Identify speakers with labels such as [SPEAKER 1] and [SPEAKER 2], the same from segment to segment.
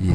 [SPEAKER 1] 以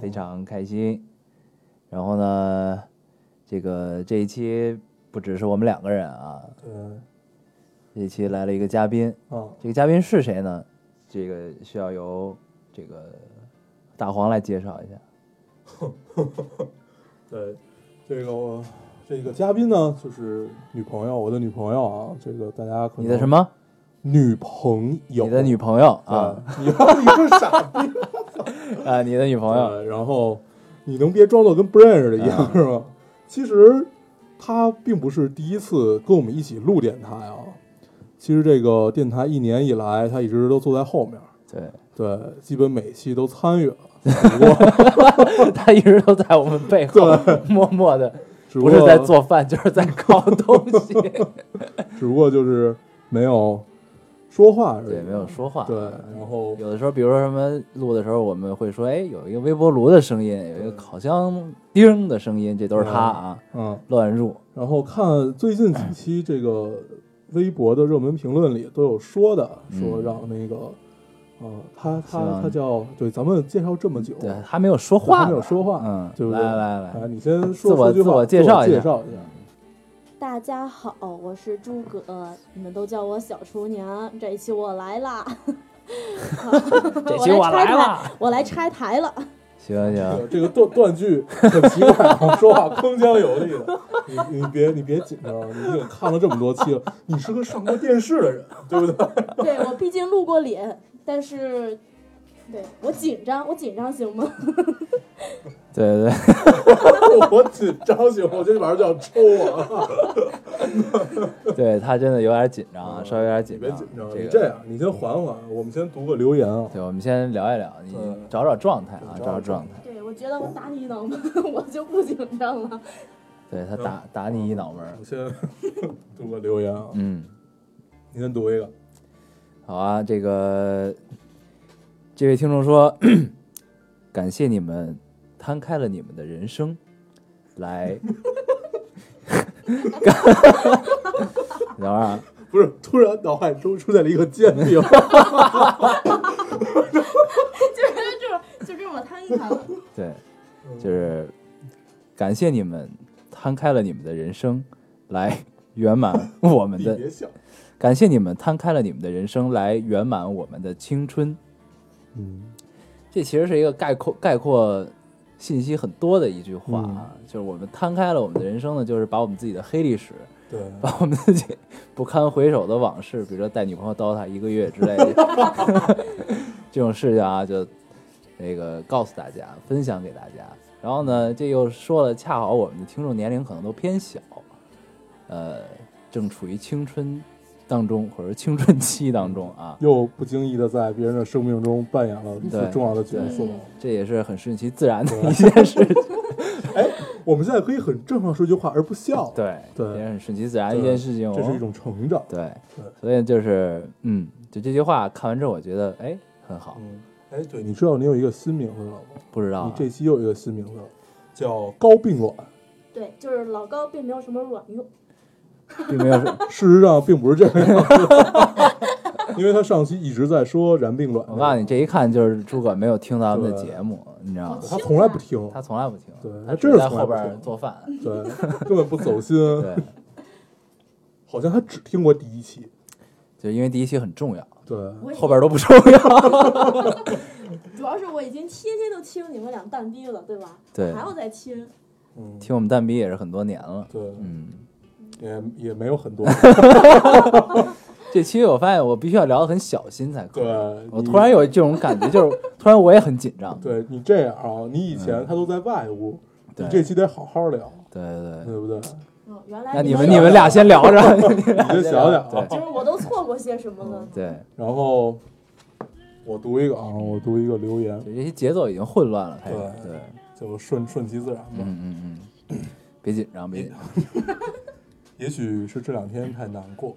[SPEAKER 1] 非常开心。然后呢，这个这一期不只是我们两个人啊，
[SPEAKER 2] 嗯
[SPEAKER 1] 这一期来了一个嘉宾，
[SPEAKER 2] 啊，
[SPEAKER 1] 这个嘉宾是谁呢？这个需要由这个大黄来介绍一下。
[SPEAKER 2] 对，这个我这个嘉宾呢，就是女朋友，我的女朋友啊，这个大家可能
[SPEAKER 1] 你的什么？
[SPEAKER 2] 女朋友？
[SPEAKER 1] 你的女朋友
[SPEAKER 2] 对
[SPEAKER 1] 啊，
[SPEAKER 2] 你你个傻逼
[SPEAKER 1] 啊，你的女朋友，
[SPEAKER 2] 对然后你能别装作跟不认识的一样、
[SPEAKER 1] 啊
[SPEAKER 2] 是吗？其实他并不是第一次跟我们一起录电台啊，其实这个电台一年以来，他一直都坐在后面，
[SPEAKER 1] 对，
[SPEAKER 2] 对，基本每期都参与了，只不过
[SPEAKER 1] 他一直都在我们背后默默的，
[SPEAKER 2] 只
[SPEAKER 1] 不是
[SPEAKER 2] 过
[SPEAKER 1] 在做饭就是在搞东西，
[SPEAKER 2] 只不过就是没有说话而已。
[SPEAKER 1] 对，没有说话，
[SPEAKER 2] 对，然后
[SPEAKER 1] 有的时候，比如说什么录的时候，我们会说，哎，有一个微波炉的声音，有一个烤箱叮的声音，这都是他啊，
[SPEAKER 2] 嗯，
[SPEAKER 1] 乱入。
[SPEAKER 2] 然后看最近几期这个微博的热门评论里都有说的，
[SPEAKER 1] 嗯
[SPEAKER 2] 说让那个，呃，他
[SPEAKER 1] 希望
[SPEAKER 2] 他他叫对，咱们介绍这么久，
[SPEAKER 1] 对，还没有说
[SPEAKER 2] 他
[SPEAKER 1] 话
[SPEAKER 2] 没有
[SPEAKER 1] 呢，
[SPEAKER 2] 说话，
[SPEAKER 1] 嗯
[SPEAKER 2] 对不对？
[SPEAKER 1] 来来来
[SPEAKER 2] 哎你先
[SPEAKER 1] 自
[SPEAKER 2] 说
[SPEAKER 1] 我
[SPEAKER 2] 说句
[SPEAKER 1] 自
[SPEAKER 2] 话，
[SPEAKER 1] 我
[SPEAKER 2] 我
[SPEAKER 1] 介绍一下
[SPEAKER 2] 介绍一下，
[SPEAKER 3] 大家好，我是诸葛，你们都叫我小厨娘。这一期我来 啦，
[SPEAKER 1] 这期我来了，
[SPEAKER 3] 我来拆台了。
[SPEAKER 1] 行行，
[SPEAKER 2] 这个断断句很奇怪啊， 说话铿锵有力的。你你别你别紧张，你已经看了这么多期了，你是个上过电视的人，对不对？
[SPEAKER 3] 对我毕竟露过脸，但是对我紧张，我紧张行吗？
[SPEAKER 1] 对对 对，
[SPEAKER 2] 我紧张醒，我今天晚上就要抽我。
[SPEAKER 1] 对他真的有点紧张，啊稍微嗯有点紧
[SPEAKER 2] 你别
[SPEAKER 1] 张
[SPEAKER 2] 紧张，。
[SPEAKER 1] 这
[SPEAKER 2] 你
[SPEAKER 1] 个
[SPEAKER 2] 这样，你先缓缓，我们先读个留言啊。
[SPEAKER 1] 对，我们先聊一聊，你
[SPEAKER 2] 对
[SPEAKER 1] 找找状态啊，
[SPEAKER 2] 对
[SPEAKER 1] 找
[SPEAKER 2] 找
[SPEAKER 1] 找
[SPEAKER 2] 找
[SPEAKER 1] 状
[SPEAKER 2] 状
[SPEAKER 1] 态。
[SPEAKER 3] 对，我觉得我打你一脑门， 我就不紧张了。
[SPEAKER 1] 对他打打你一脑门儿，
[SPEAKER 2] 我先读个留言啊，
[SPEAKER 1] 嗯，
[SPEAKER 2] 你先读一个。
[SPEAKER 1] 好啊，这个这位听众说， 感谢你们摊开了你们的人生，来，等会儿啊，
[SPEAKER 2] 不是，突然脑海中出现了一个煎饼，
[SPEAKER 3] 就是这种，就这么摊一摊了。
[SPEAKER 1] 对，就是感谢你们摊开了你们的人生，来圆满我们
[SPEAKER 2] 你
[SPEAKER 1] 的
[SPEAKER 2] 别笑。
[SPEAKER 1] 感谢你们摊开了你们的人生，来圆满我们的青春。
[SPEAKER 2] 嗯，
[SPEAKER 1] 这其实是一个概括概括信息很多的一句话啊，就是我们摊开了我们的人生呢，就是把我们自己的黑历史，
[SPEAKER 2] 对，
[SPEAKER 1] 把我们自己不堪回首的往事，比如说带女朋友 DOTA 一个月之类的 这种事情啊，就那个告诉大家，分享给大家。然后呢，这又说了，恰好我们的听众年龄可能都偏小，呃，正处于青春当中或者青春期当中啊，
[SPEAKER 2] 又不经意的在别人的生命中扮演了一次
[SPEAKER 1] 对
[SPEAKER 2] 重要的角色
[SPEAKER 3] 对。
[SPEAKER 1] 这也是很顺其自然的一件事情。
[SPEAKER 2] 哎，我们现在可以很正常说句话而不笑。
[SPEAKER 1] 对
[SPEAKER 2] 对
[SPEAKER 1] 也很顺其自然
[SPEAKER 2] 对，
[SPEAKER 1] 一件事情哦。
[SPEAKER 2] 这是一种成长。
[SPEAKER 1] 对
[SPEAKER 2] 对，
[SPEAKER 1] 所以就是嗯，就这句话看完之后，我觉得哎很好，
[SPEAKER 2] 嗯，哎，对，你知道你有一个新名字了吗？
[SPEAKER 1] 不知道
[SPEAKER 2] 你
[SPEAKER 1] 啊
[SPEAKER 2] 这期又有一个新名字，叫高并卵。
[SPEAKER 3] 对，就是老高并没有什么卵用，
[SPEAKER 1] 并没有什么。
[SPEAKER 2] 事实上并不是这个样子， 因为他上期一直在说染病卵。
[SPEAKER 1] 我告诉你，这一看就是诸葛没有听咱们的节目，你知道吗？
[SPEAKER 2] 他从来不听，
[SPEAKER 1] 他从来不听，
[SPEAKER 2] 对
[SPEAKER 1] 他
[SPEAKER 2] 他
[SPEAKER 1] 只
[SPEAKER 2] 真是
[SPEAKER 1] 在后
[SPEAKER 2] 从来不
[SPEAKER 1] 边
[SPEAKER 2] 听
[SPEAKER 1] 做饭。
[SPEAKER 2] 对，根本不走心。
[SPEAKER 1] 对，
[SPEAKER 2] 好像他只听过第一期。
[SPEAKER 1] 就因为第一期很重要，
[SPEAKER 2] 对，
[SPEAKER 3] 我已经
[SPEAKER 1] 后边都不重要。
[SPEAKER 3] 主要是我已经天天都听你们俩蛋逼了，对吧？
[SPEAKER 1] 对
[SPEAKER 3] 还要再听，
[SPEAKER 2] 嗯，
[SPEAKER 1] 听我们蛋逼也是很多年了，
[SPEAKER 2] 对，
[SPEAKER 1] 嗯。
[SPEAKER 2] 也也没 有很多。
[SPEAKER 1] 这期我发现我必须要聊得很小心才可以。
[SPEAKER 2] 对
[SPEAKER 1] 我
[SPEAKER 2] 你
[SPEAKER 1] 突然有这种感觉，就是突然我也很紧张。
[SPEAKER 2] 对你这样啊，你以前他都在外屋，
[SPEAKER 1] 嗯对
[SPEAKER 2] 你这期得好好聊，
[SPEAKER 1] 对对对，
[SPEAKER 2] 对不 对？
[SPEAKER 3] 嗯，原来
[SPEAKER 1] 那你
[SPEAKER 3] 们
[SPEAKER 1] 们你们俩先聊着， 你
[SPEAKER 2] 你就想想
[SPEAKER 1] 对
[SPEAKER 2] 啊。
[SPEAKER 3] 就是我都错过些什么了。
[SPEAKER 1] 对，
[SPEAKER 2] 然后我读一个啊，我读一个留言。
[SPEAKER 1] 对这些节奏已经混乱了，开始
[SPEAKER 2] 对
[SPEAKER 1] 对，
[SPEAKER 2] 就顺顺其自然吧。
[SPEAKER 1] 嗯嗯嗯，别紧张，别紧张。
[SPEAKER 2] 也许是这两天太难过，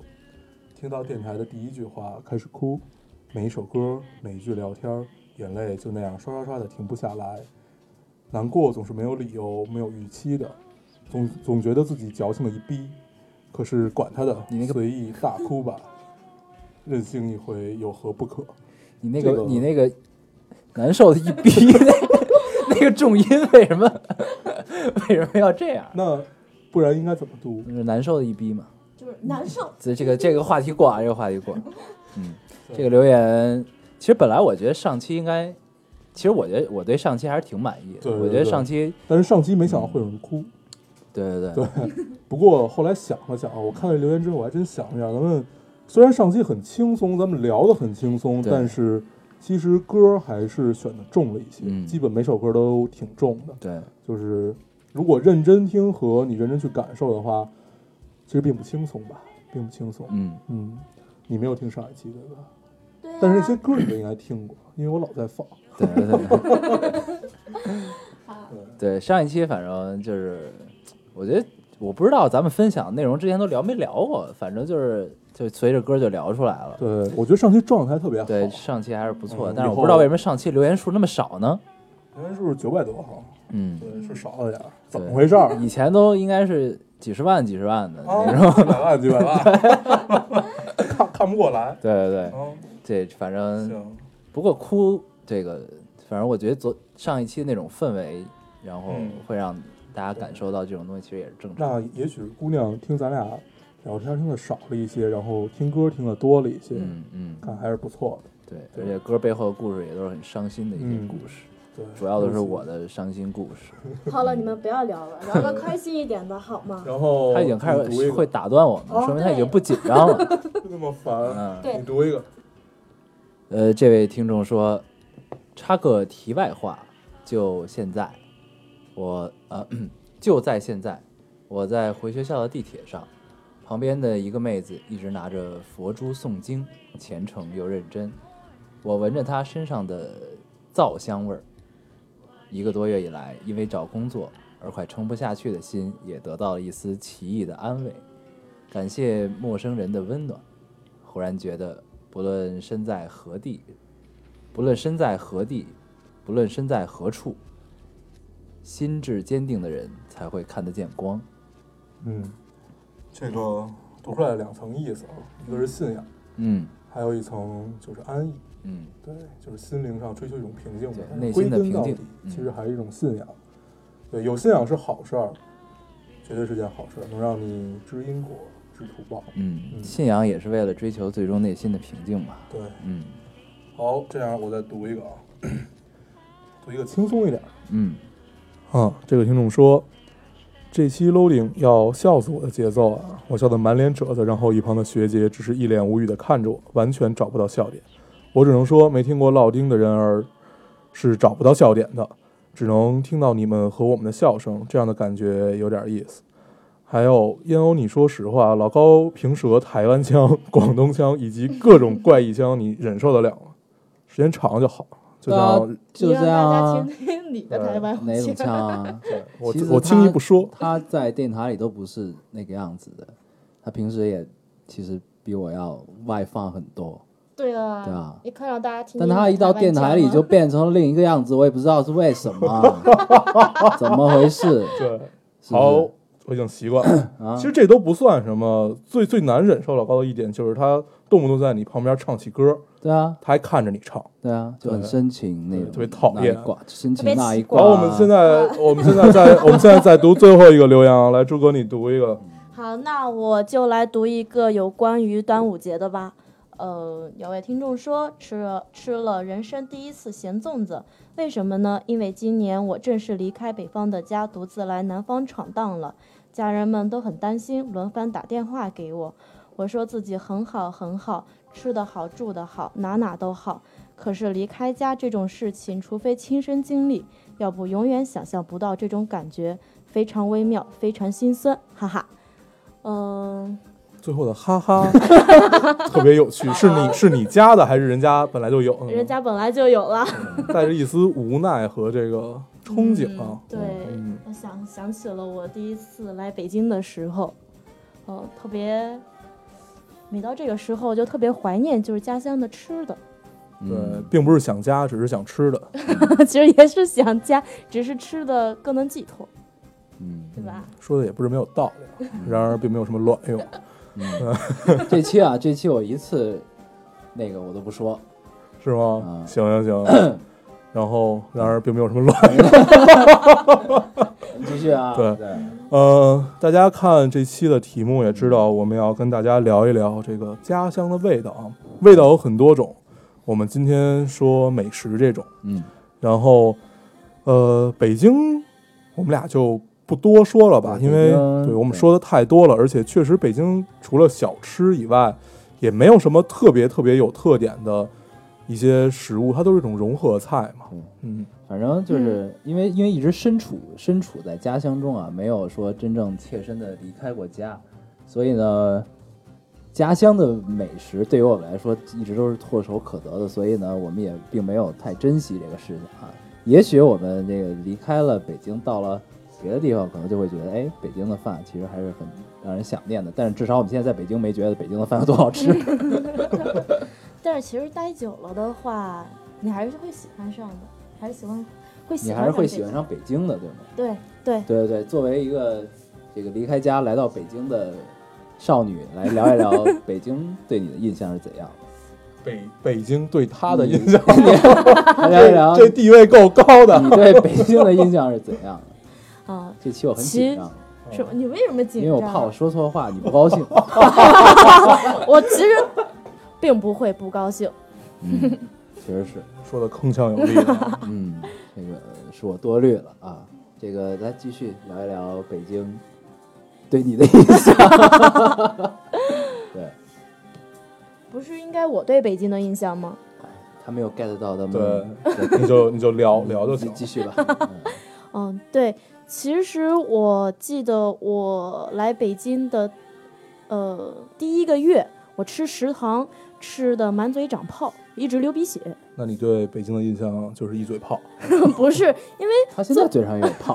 [SPEAKER 2] 听到电台的第一句话开始哭，每一首歌，每一句聊天儿，眼泪就那样刷刷刷的停不下来。难过总是没有理由、没有预期的，总总觉得自己矫情了一逼。可是管他的，
[SPEAKER 1] 你那个
[SPEAKER 2] 随意大哭吧，任性一回有何不可？
[SPEAKER 1] 你那
[SPEAKER 2] 这
[SPEAKER 1] 个
[SPEAKER 2] 个
[SPEAKER 1] 你那个难受的一逼，那那个重音为什么为什么要这样？
[SPEAKER 2] 那不然应该怎么读？
[SPEAKER 1] 就是难受的一逼嘛。
[SPEAKER 3] 就是难受。
[SPEAKER 1] 这这个这个话题过啊，这个话题过。嗯，这个留言其实本来我觉得上期应该，其实我觉得我对上期还是挺满意的。
[SPEAKER 2] 对对
[SPEAKER 1] 我觉得
[SPEAKER 2] 对
[SPEAKER 1] 上期
[SPEAKER 2] 但是上期没想到会有人哭。
[SPEAKER 1] 对对对，
[SPEAKER 2] 对，不过后来想了想啊，我看了留言之后，我还真想了想，咱们虽然上期很轻松，咱们聊得很轻松，
[SPEAKER 1] 对
[SPEAKER 2] 但是其实歌还是选的重了一些，
[SPEAKER 1] 嗯
[SPEAKER 2] 基本每首歌都挺重的。
[SPEAKER 1] 对
[SPEAKER 2] 就是如果认真听和你认真去感受的话，其实并不轻松吧，并不轻松。
[SPEAKER 1] 嗯
[SPEAKER 2] 嗯，你没有听上一期对吧？
[SPEAKER 3] 对啊，
[SPEAKER 2] 但是那些歌你都应该听过，因为我老在放。
[SPEAKER 1] 对对对。
[SPEAKER 3] 啊
[SPEAKER 1] 对，上一期反正就是，我觉得我不知道咱们分享内容之前都聊没聊过，反正就是就随着歌就聊出来了。
[SPEAKER 2] 对，我觉得上期状态特别好。
[SPEAKER 1] 对，上期还是不错，
[SPEAKER 2] 嗯
[SPEAKER 1] 但是
[SPEAKER 2] 以
[SPEAKER 1] 我
[SPEAKER 2] 后
[SPEAKER 1] 不知道为什么上期留言数那么少呢？
[SPEAKER 2] 留言数九百多哈，
[SPEAKER 1] 嗯，
[SPEAKER 2] 对，是少了点儿，怎么
[SPEAKER 1] 对
[SPEAKER 2] 回事儿？
[SPEAKER 1] 以前都应该是几十万、几十万的
[SPEAKER 2] 啊，
[SPEAKER 1] 那种。
[SPEAKER 2] 几百万，几百万， 看看不过来。
[SPEAKER 1] 对对
[SPEAKER 2] 嗯，
[SPEAKER 1] 对，这反正
[SPEAKER 2] 行，
[SPEAKER 1] 不过哭这个，反正我觉得昨上一期那种氛围，然后
[SPEAKER 2] 嗯
[SPEAKER 1] 会让大家感受到这种东西其实也是正常。
[SPEAKER 2] 那也许姑娘听咱俩聊天听的少了一些，然后听歌听的多了一些，
[SPEAKER 1] 嗯嗯，
[SPEAKER 2] 看还是不错的。
[SPEAKER 1] 对，而
[SPEAKER 2] 对
[SPEAKER 1] 且歌背后的故事也都是很伤心的一些
[SPEAKER 2] 嗯
[SPEAKER 1] 故事。
[SPEAKER 2] 对，
[SPEAKER 1] 主要都是我。的伤心故事。
[SPEAKER 3] 好了，你们不要聊 了，聊个开心一点的好吗？
[SPEAKER 2] 然后
[SPEAKER 1] 他已经开
[SPEAKER 2] 你哦读一
[SPEAKER 1] 始
[SPEAKER 2] 个
[SPEAKER 1] 会打断我们，
[SPEAKER 3] 哦
[SPEAKER 1] 说明他已经不紧张 了。
[SPEAKER 2] 就那么烦。
[SPEAKER 1] 嗯，
[SPEAKER 3] 对
[SPEAKER 2] 你读一个，
[SPEAKER 1] 呃，这位听众说，插个题外话，就现在，我呃， 就在现在，我在回学校的地铁上，旁边的一个妹子一直拿着佛珠诵经，虔诚又认真。我闻着她身上的皂香味儿。一个多月以来，因为找工作而快撑不下去的心，也得到了一丝奇异的安慰。感谢陌生人的温暖，忽然觉得，不论身在何地，不论身在何地，不论身在何处，心智坚定的人才会看得见光。
[SPEAKER 2] 嗯，这个读出来两层意思啊，一个是信仰，
[SPEAKER 1] 嗯
[SPEAKER 2] 还有一层就是安逸。
[SPEAKER 1] 嗯，
[SPEAKER 2] 对，就是心灵上追求一种平静吧
[SPEAKER 1] 对，
[SPEAKER 2] 但是
[SPEAKER 1] 内
[SPEAKER 2] 归
[SPEAKER 1] 心的
[SPEAKER 2] 根
[SPEAKER 1] 平
[SPEAKER 2] 到
[SPEAKER 1] 静
[SPEAKER 2] 底
[SPEAKER 1] 嗯
[SPEAKER 2] 其实还是一种信仰。对，有信仰是好事儿，绝对是件好事儿，能让你知因果、知图报。
[SPEAKER 1] 嗯，
[SPEAKER 2] 嗯
[SPEAKER 1] 信仰也是为了追求最终内心的平静嘛。
[SPEAKER 2] 对，
[SPEAKER 1] 嗯
[SPEAKER 2] 好，这样我再读一个啊， 读一个轻松一点。
[SPEAKER 1] 嗯，
[SPEAKER 2] 啊，这个听众说，这期 loading 要笑死我的节奏啊！我笑得满脸褶子，然后一旁的学姐只是一脸无语的看着我，完全找不到笑点。我只能说，没听过烙丁的人儿是找不到笑点的，只能听到你们和我们的笑声，这样的感觉有点意思。还有燕欧，你说实话，老高平时和台湾腔、 广东腔以及各种怪异腔，你忍受得了吗？时间长了就好，就
[SPEAKER 1] 呃
[SPEAKER 2] 像
[SPEAKER 1] 就这样啊，
[SPEAKER 4] 听你的台湾话
[SPEAKER 1] 哪 种腔 啊？
[SPEAKER 2] 对我
[SPEAKER 1] 其实
[SPEAKER 2] 我轻易
[SPEAKER 1] 他
[SPEAKER 2] 不说。
[SPEAKER 1] 他在电台里都不是那个样子的，他平时也其实比我要外放很多。
[SPEAKER 4] 对啊，
[SPEAKER 1] 对啊
[SPEAKER 4] 你快让大家听。
[SPEAKER 1] 但他一到电台
[SPEAKER 3] 啊
[SPEAKER 1] 里就变成另一个样子，我也不知道是为什么，啊怎么回事？
[SPEAKER 2] 对。
[SPEAKER 1] 是
[SPEAKER 2] 好
[SPEAKER 1] 不，
[SPEAKER 2] 我已经习惯了。
[SPEAKER 1] 是啊
[SPEAKER 2] 其？实这都不算什么，最最难忍受老高的一点就是他动不动在你旁边唱起歌，
[SPEAKER 1] 对啊，
[SPEAKER 2] 他还看着你唱。
[SPEAKER 1] 对啊，就很深情那种，
[SPEAKER 2] 对特别讨厌
[SPEAKER 1] 那一挂深情那一挂。
[SPEAKER 2] 然后我们现 在，我们现在在，我们现在在读最后一个留言啊，来，朱哥你读一个。
[SPEAKER 3] 好，那我就来读一个有关于端午节的吧。呃，有位听众说吃了吃了人生第一次咸粽子，为什么呢？因为今年我正式离开北方的家，独自来南方闯荡了。家人们都很担心，轮番打电话给我。我说自己很好很好，吃得好，住得好，哪哪都好。可是离开家这种事情，除非亲身经历，要不永远想象不到这种感觉，非常微妙，非常心酸，哈哈。嗯，
[SPEAKER 2] 最后的哈 哈，特别有趣，是你是你加
[SPEAKER 1] 嗯
[SPEAKER 2] 的还是人家本来就有呢？
[SPEAKER 3] 人家本来就有了，
[SPEAKER 2] 带着一丝无奈和这个憧憬啊。
[SPEAKER 4] 对，
[SPEAKER 1] 嗯
[SPEAKER 4] 我想想起了我第一次来北京的时候，嗯、特别，每到这个时候就特别怀念就是家乡的吃的，
[SPEAKER 2] 对
[SPEAKER 1] 嗯，
[SPEAKER 2] 并不是想家，只是想吃的。
[SPEAKER 4] 其实也是想家，只是吃的更能寄托，
[SPEAKER 1] 嗯
[SPEAKER 4] 对吧？
[SPEAKER 2] 说的也不是没有道 理啊，然而并没有什么卵用。
[SPEAKER 1] 嗯，这期啊，这期我一次那个我都不说，
[SPEAKER 2] 是吗？
[SPEAKER 1] 嗯
[SPEAKER 2] 行行 行，然后然而并没有什么卵。
[SPEAKER 1] 你继续啊，
[SPEAKER 2] 对
[SPEAKER 1] 对，
[SPEAKER 2] 呃，大家看这期的题目也知道，我们要跟大家聊一聊这个家乡的味道啊。味道有很多种，我们今天说美食这种，
[SPEAKER 1] 嗯
[SPEAKER 2] 然后呃，北京我们俩就不多说了吧，
[SPEAKER 1] 对
[SPEAKER 2] 因为
[SPEAKER 1] 北京
[SPEAKER 2] 对我们
[SPEAKER 1] 对
[SPEAKER 2] 说的太多了，而且确实北京除了小吃以外，也没有什么特别特别有特点的一些食物，它都是一种融合菜嘛
[SPEAKER 1] 嗯。
[SPEAKER 2] 嗯，
[SPEAKER 1] 反正就是因为因为一直身处身处在家乡中啊，没有说真正切身的离开过家，所以呢，家乡的美食对于我们来说一直都是唾手可得的，所以呢，我们也并没有太珍惜这个事情啊。也许我们这个离开了北京，到了别的地方，可能就会觉得，哎，北京的饭其实还是很让人想念的。但是至少我们现在在北京没觉得北京的饭有多好吃。
[SPEAKER 4] 但是其实待久了的话，你还是会喜欢上的，还是喜欢会喜
[SPEAKER 1] 你
[SPEAKER 4] 欢
[SPEAKER 1] 还是会
[SPEAKER 4] 这
[SPEAKER 1] 喜欢
[SPEAKER 4] 个
[SPEAKER 1] 上北京的，对吗？
[SPEAKER 4] 对对
[SPEAKER 1] 对对对，作为一个这个离开家来到北京的少女，来聊一聊北京对你的印象是怎样的？
[SPEAKER 2] 北北京对他的印象，
[SPEAKER 1] 来聊一嗯聊嗯
[SPEAKER 2] 这地位够高的。
[SPEAKER 1] 你 对北京的印象是怎样的？
[SPEAKER 4] 啊，
[SPEAKER 1] 这期我很
[SPEAKER 4] 其
[SPEAKER 1] 紧张，
[SPEAKER 4] 什么？你为什么紧
[SPEAKER 1] 哦因
[SPEAKER 4] 张？
[SPEAKER 1] 为我怕我说错话，你不高兴。
[SPEAKER 4] 我其实并不会不高兴。
[SPEAKER 1] 嗯，确实是，
[SPEAKER 2] 说的铿锵有力啊。
[SPEAKER 1] 嗯，这个是我多虑了啊。这个来继续聊一聊北京对你的印象。对，
[SPEAKER 4] 不是应该我对北京的印象吗？
[SPEAKER 1] 哎他没有 get 到咱们
[SPEAKER 2] 对
[SPEAKER 1] 的，
[SPEAKER 2] 你就你就聊聊就行
[SPEAKER 1] 你。继续吧。嗯
[SPEAKER 4] 嗯，对，其实我记得我来北京的，呃，第一个月我吃食堂吃的满嘴长泡，一直流鼻血。
[SPEAKER 2] 那你对北京的印象就是一嘴炮，
[SPEAKER 4] 不是因为
[SPEAKER 1] 他现在嘴上有泡。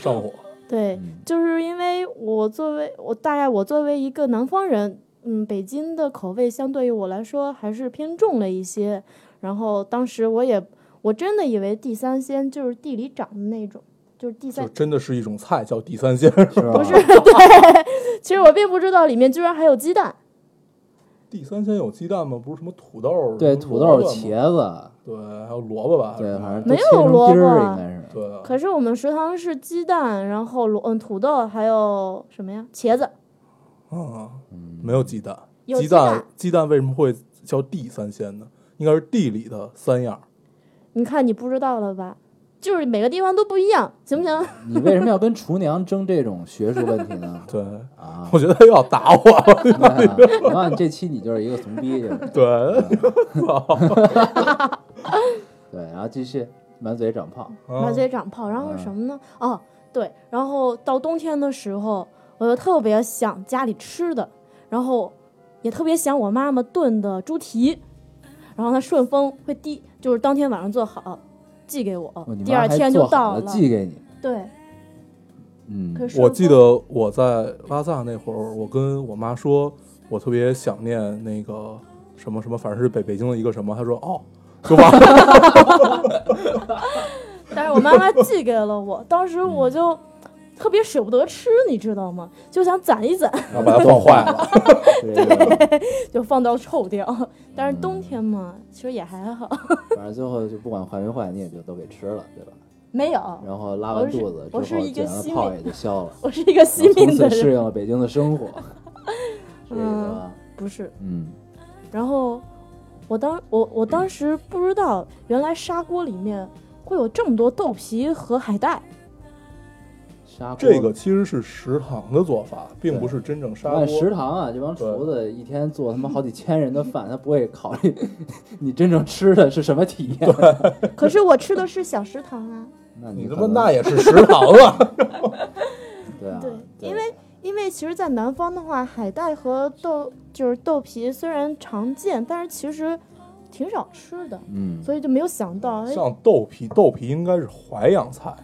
[SPEAKER 2] 上火。
[SPEAKER 4] 对，就是因为我作为我大概我作为一个南方人，嗯，北京的口味相对于我来说还是偏重了一些。然后当时我也我真的以为地三鲜就是地里长的那种，就是地
[SPEAKER 2] 就
[SPEAKER 4] 三，
[SPEAKER 2] 真的是一种菜，叫地三鲜。
[SPEAKER 1] 是吧？
[SPEAKER 4] 其实我并不知道里面居然还有鸡蛋。
[SPEAKER 2] 地三鲜有鸡蛋吗？不是什么土豆，
[SPEAKER 1] 对，
[SPEAKER 2] 什么
[SPEAKER 1] 土
[SPEAKER 2] 萝
[SPEAKER 1] 豆、
[SPEAKER 2] 卜吗
[SPEAKER 1] 茄，子，
[SPEAKER 2] 对，还有萝卜吧，还是
[SPEAKER 1] 对，
[SPEAKER 2] 什么
[SPEAKER 1] 反正
[SPEAKER 4] 没
[SPEAKER 1] 都切成
[SPEAKER 4] 有萝卜
[SPEAKER 1] 丁儿应该是。
[SPEAKER 2] 对，啊
[SPEAKER 4] 可是我们食堂是鸡蛋，然后萝嗯土豆，还有什么呀？茄子。
[SPEAKER 2] 啊，没有鸡蛋，
[SPEAKER 4] 有
[SPEAKER 2] 鸡
[SPEAKER 4] 鸡蛋
[SPEAKER 2] 蛋鸡蛋为什么会叫地三鲜呢？应该是地里的三样儿。？
[SPEAKER 4] 你看你不知道了吧？就是每个地方都不一样，行不行？
[SPEAKER 1] 你为什么要跟厨娘争这种学术问题呢
[SPEAKER 2] 对，
[SPEAKER 1] 啊，
[SPEAKER 2] 我觉得他又要打我。
[SPEAKER 1] 你看啊，你看这期你就是一个怂逼，就是
[SPEAKER 2] 对，
[SPEAKER 1] 对，然后继续满嘴长泡，
[SPEAKER 4] 满
[SPEAKER 2] 啊
[SPEAKER 4] 嘴长泡。然
[SPEAKER 1] 嗯
[SPEAKER 4] 后什么呢？哦，对，然后到冬天的时候，我就特别想家里吃的，然后也特别想我妈妈炖的猪蹄，然后她顺丰会第就是当天晚上做好，寄给我
[SPEAKER 1] 哦你，
[SPEAKER 4] 第
[SPEAKER 1] 妈
[SPEAKER 4] 二
[SPEAKER 1] 还
[SPEAKER 4] 天就
[SPEAKER 1] 做
[SPEAKER 4] 到
[SPEAKER 1] 好
[SPEAKER 4] 了
[SPEAKER 1] 了。寄给你。
[SPEAKER 4] 对，可
[SPEAKER 1] 嗯，
[SPEAKER 4] 是
[SPEAKER 2] 我记得我在拉萨那会儿，我跟我妈说，我特别想念那个什么什么，反正是北北京的一个什么，她说哦，就完 了。
[SPEAKER 4] 但是我妈妈寄给了我，当时我
[SPEAKER 1] 嗯
[SPEAKER 4] 就特别舍不得吃，你知道吗？就想攒一攒，
[SPEAKER 2] 然后把它放坏了。
[SPEAKER 1] 对对对，
[SPEAKER 4] 就放到臭掉。但是冬天嘛，其实也还好，
[SPEAKER 1] 反正最后就不管坏没坏，你也就都给吃了，对吧？
[SPEAKER 4] 没有。
[SPEAKER 1] 然后拉完
[SPEAKER 4] 我是
[SPEAKER 1] 肚子之
[SPEAKER 4] 我
[SPEAKER 1] 后，
[SPEAKER 4] 是一
[SPEAKER 1] 嘴
[SPEAKER 4] 个
[SPEAKER 1] 上的
[SPEAKER 4] 心
[SPEAKER 1] 泡
[SPEAKER 4] 理
[SPEAKER 1] 也就消 了，
[SPEAKER 4] 我是一个惜
[SPEAKER 1] 从
[SPEAKER 4] 命的
[SPEAKER 1] 此适
[SPEAKER 4] 人，
[SPEAKER 1] 应了北京的生 活，是这意思
[SPEAKER 4] 嗯
[SPEAKER 1] 吧？
[SPEAKER 4] 不是。
[SPEAKER 1] 嗯，
[SPEAKER 4] 然后我当我我当时不知道，原来砂锅里面会有这么多豆皮和 海带。
[SPEAKER 1] 砂锅
[SPEAKER 2] 这个其实是食堂的做法，并
[SPEAKER 1] 对
[SPEAKER 2] 不是真正砂锅。
[SPEAKER 1] 按食堂啊，这帮厨子一天做他妈好几千人的饭，他不会考虑 你真正吃的是什么体验。
[SPEAKER 4] 可是我吃的是小食堂啊，
[SPEAKER 1] 那
[SPEAKER 2] 你他
[SPEAKER 1] 可
[SPEAKER 2] 妈
[SPEAKER 1] 能
[SPEAKER 2] 那也是食堂啊！
[SPEAKER 1] 对啊，
[SPEAKER 4] 对
[SPEAKER 1] 对
[SPEAKER 4] 因为因为其实，在南方的话，海带和豆就是豆皮虽然常见，但是其实挺少吃的，
[SPEAKER 1] 嗯，
[SPEAKER 4] 所以就没有想到，哎，
[SPEAKER 2] 像豆皮，豆皮应该是淮扬菜，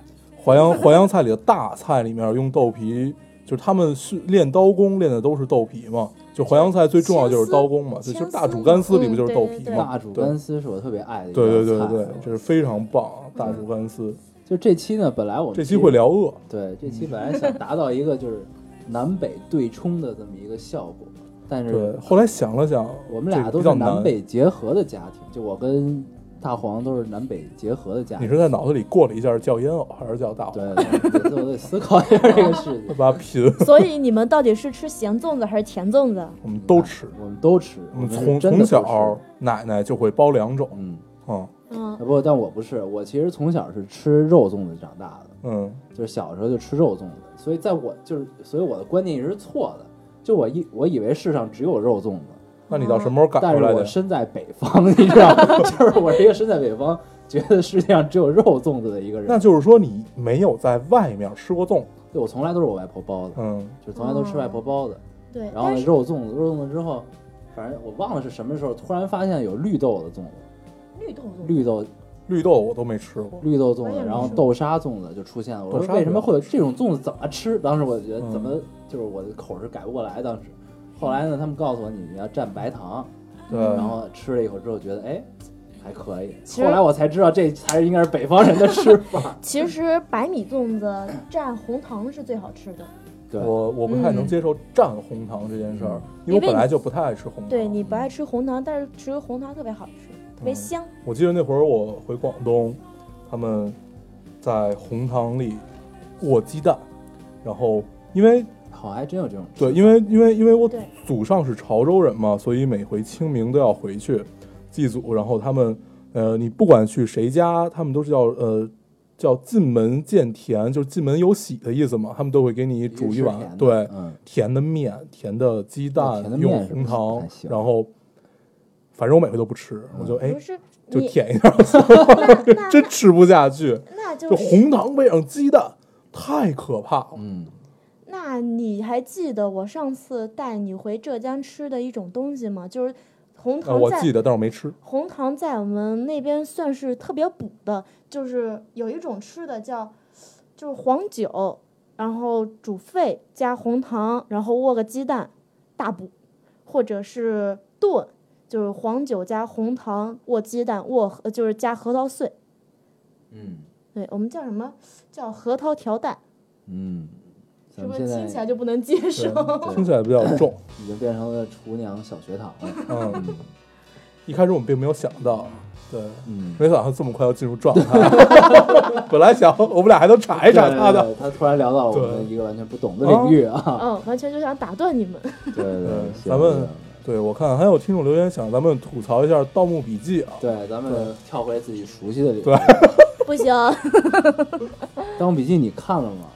[SPEAKER 2] 淮扬淮扬菜里的大菜里面用豆皮，就是他们是练刀工练的都是豆皮嘛，就淮扬菜最重要就是刀工嘛，就
[SPEAKER 4] 青丝
[SPEAKER 2] 就是大煮干丝里不
[SPEAKER 4] 嗯
[SPEAKER 2] 就是豆皮
[SPEAKER 4] 对
[SPEAKER 2] 嘛
[SPEAKER 1] 大，煮干丝是我特别爱的一道
[SPEAKER 2] 对对对
[SPEAKER 1] 菜
[SPEAKER 2] 对对，这是非常棒，大煮干丝，
[SPEAKER 1] 就这期呢，本来我们
[SPEAKER 2] 这期会聊饿，
[SPEAKER 1] 对，这期本来想达到一个就是南北对冲的这么一个效果，但
[SPEAKER 2] 对，
[SPEAKER 1] 是
[SPEAKER 2] 后来想了想，
[SPEAKER 1] 嗯我们俩
[SPEAKER 2] 这
[SPEAKER 1] 都
[SPEAKER 2] 比较
[SPEAKER 1] 是南
[SPEAKER 2] 难
[SPEAKER 1] 北结合的家庭，就我跟大黄都是南北结合的家
[SPEAKER 2] 你
[SPEAKER 1] 庭。
[SPEAKER 2] 是在脑子里过了一下叫烟偶还是叫大黄？
[SPEAKER 1] 对，对对我得思考一下这个事情。
[SPEAKER 2] 把它拼，
[SPEAKER 3] 所以你们到底是吃咸粽子还是甜粽子？
[SPEAKER 2] 我们都吃，
[SPEAKER 1] 我们都吃，我
[SPEAKER 2] 我们
[SPEAKER 1] 们是
[SPEAKER 2] 嗯从
[SPEAKER 1] 真
[SPEAKER 2] 从
[SPEAKER 1] 的都
[SPEAKER 2] 小
[SPEAKER 1] 吃，
[SPEAKER 2] 奶奶就会包两种，
[SPEAKER 1] 嗯，
[SPEAKER 2] 嗯
[SPEAKER 1] 啊
[SPEAKER 3] 嗯，
[SPEAKER 1] 不，但我不是，我其实从小是吃肉粽子长大的。
[SPEAKER 2] 嗯，
[SPEAKER 1] 就是小时候就吃肉粽子，所以在我就是，所以我的观念一直是错的。就我以我以为世上只有肉粽子，
[SPEAKER 2] 那你到什么时候
[SPEAKER 1] 啊
[SPEAKER 2] 改
[SPEAKER 1] 但
[SPEAKER 2] 回
[SPEAKER 1] 是
[SPEAKER 2] 来
[SPEAKER 1] 我
[SPEAKER 2] 的？
[SPEAKER 1] 身在北方， 你知道，就是我是一个身在北方，觉得世界上只有肉粽子的一个
[SPEAKER 2] 那
[SPEAKER 1] 人。
[SPEAKER 2] 就是说你没有在外面吃过粽，
[SPEAKER 1] 对我从来都是我外婆包的，
[SPEAKER 2] 嗯，
[SPEAKER 1] 就从来都吃外婆包的。
[SPEAKER 4] 对，
[SPEAKER 1] 然后
[SPEAKER 4] 哦但
[SPEAKER 1] 呢，
[SPEAKER 4] 是
[SPEAKER 1] 肉粽子，肉粽子之后，反正我忘了是什么时候，突然发现有绿豆的粽子，
[SPEAKER 4] 绿豆粽
[SPEAKER 1] 绿豆
[SPEAKER 2] 绿豆我都没吃过，
[SPEAKER 1] 绿豆粽
[SPEAKER 4] 我也
[SPEAKER 1] 子，
[SPEAKER 4] 没
[SPEAKER 1] 然后
[SPEAKER 4] 吃
[SPEAKER 1] 豆沙粽子就出现了。我
[SPEAKER 2] 豆沙
[SPEAKER 1] 说为什么
[SPEAKER 2] 比较
[SPEAKER 1] 会有这种粽子？怎么吃？当时我觉得
[SPEAKER 2] 嗯
[SPEAKER 1] 怎么就是我的口是改不过来。当时，后来呢，他们告诉我你你要蘸白糖，
[SPEAKER 2] 对，
[SPEAKER 1] 嗯然后吃了一口之后觉得哎还可以。
[SPEAKER 3] 其实。
[SPEAKER 1] 后来我才知道这才应该是北方人的 吃法
[SPEAKER 3] 其实白米粽子蘸红糖是最好吃的。
[SPEAKER 1] 对，嗯
[SPEAKER 2] 我我不太能
[SPEAKER 3] 嗯
[SPEAKER 2] 接受蘸红糖这件事儿，
[SPEAKER 3] 因
[SPEAKER 2] 因为
[SPEAKER 3] 为
[SPEAKER 2] 我本来
[SPEAKER 3] 你
[SPEAKER 2] 就不太爱吃红糖。
[SPEAKER 3] 对你不爱吃红糖，但是吃红糖特别好吃，特别
[SPEAKER 2] 嗯
[SPEAKER 3] 香。
[SPEAKER 2] 我记得那会儿我回广东，他们在红糖里过鸡蛋，然后因为
[SPEAKER 1] 好，还真有这种吃
[SPEAKER 2] 对，因为因为因为我
[SPEAKER 3] 对
[SPEAKER 2] 祖上是潮州人嘛，所以每回清明都要回去祭祖，然后他们呃，你不管去谁家，他们都是叫呃。叫进门见甜，就是进门有喜的意思嘛。他们都会给你煮一碗
[SPEAKER 1] 是甜的，
[SPEAKER 2] 对，
[SPEAKER 1] 嗯，
[SPEAKER 2] 甜的面、甜的鸡
[SPEAKER 1] 哦
[SPEAKER 2] 蛋
[SPEAKER 1] 甜的，面是
[SPEAKER 2] 用红
[SPEAKER 1] 不是不
[SPEAKER 2] 糖
[SPEAKER 1] 太，行
[SPEAKER 2] 然后反正我每回都不吃，我就
[SPEAKER 4] 嗯
[SPEAKER 2] 哎
[SPEAKER 3] 不是
[SPEAKER 2] 就
[SPEAKER 3] 你
[SPEAKER 2] 舔一下，
[SPEAKER 3] 那
[SPEAKER 2] 真吃不下去。
[SPEAKER 3] 那就
[SPEAKER 2] 就红糖配上鸡蛋，太可怕了。
[SPEAKER 1] 嗯，
[SPEAKER 3] 那你还记得我上次带你回浙江吃的一种东西吗？就是红
[SPEAKER 2] 呃
[SPEAKER 3] 糖
[SPEAKER 2] 我
[SPEAKER 3] 在、
[SPEAKER 2] 记得，但是我 没吃。
[SPEAKER 3] 红糖在我们那边算是特别补的，就是有一种吃的叫就是黄酒，然后煮沸加红糖，然后握个鸡蛋，大补，或者是炖，就是黄酒加红糖握鸡蛋握呃就是加核桃碎，
[SPEAKER 1] 嗯
[SPEAKER 3] 对我们叫什么叫核桃条蛋，
[SPEAKER 1] 嗯，
[SPEAKER 4] 是
[SPEAKER 1] 咱
[SPEAKER 4] 不
[SPEAKER 1] 们
[SPEAKER 4] 是
[SPEAKER 1] 现
[SPEAKER 4] 听起
[SPEAKER 1] 在
[SPEAKER 4] 来就不能接
[SPEAKER 2] 对
[SPEAKER 4] 受？
[SPEAKER 2] 听起来比较重。
[SPEAKER 1] 已经变成了厨娘小学堂了。
[SPEAKER 2] 嗯，一开始我们并没有想 到，对，
[SPEAKER 1] 嗯，
[SPEAKER 2] 没想到这么快要进入状态。 本来想我们俩还能查一查
[SPEAKER 1] 对
[SPEAKER 2] 他的，，
[SPEAKER 1] 对对他突然聊到了我
[SPEAKER 2] 对
[SPEAKER 1] 们一个完全不懂的领域啊。
[SPEAKER 3] 嗯，完全就想打断你们。
[SPEAKER 1] 对对对
[SPEAKER 2] 嗯，
[SPEAKER 1] 行
[SPEAKER 2] 咱们
[SPEAKER 1] 行
[SPEAKER 2] 对我看还有听众留言想咱们吐槽一下《盗墓笔记》啊。
[SPEAKER 1] 对，咱
[SPEAKER 2] 对
[SPEAKER 1] 们跳回自己熟悉的领域。
[SPEAKER 2] 对
[SPEAKER 3] 不 行，
[SPEAKER 1] 《盗墓笔记》你看了吗？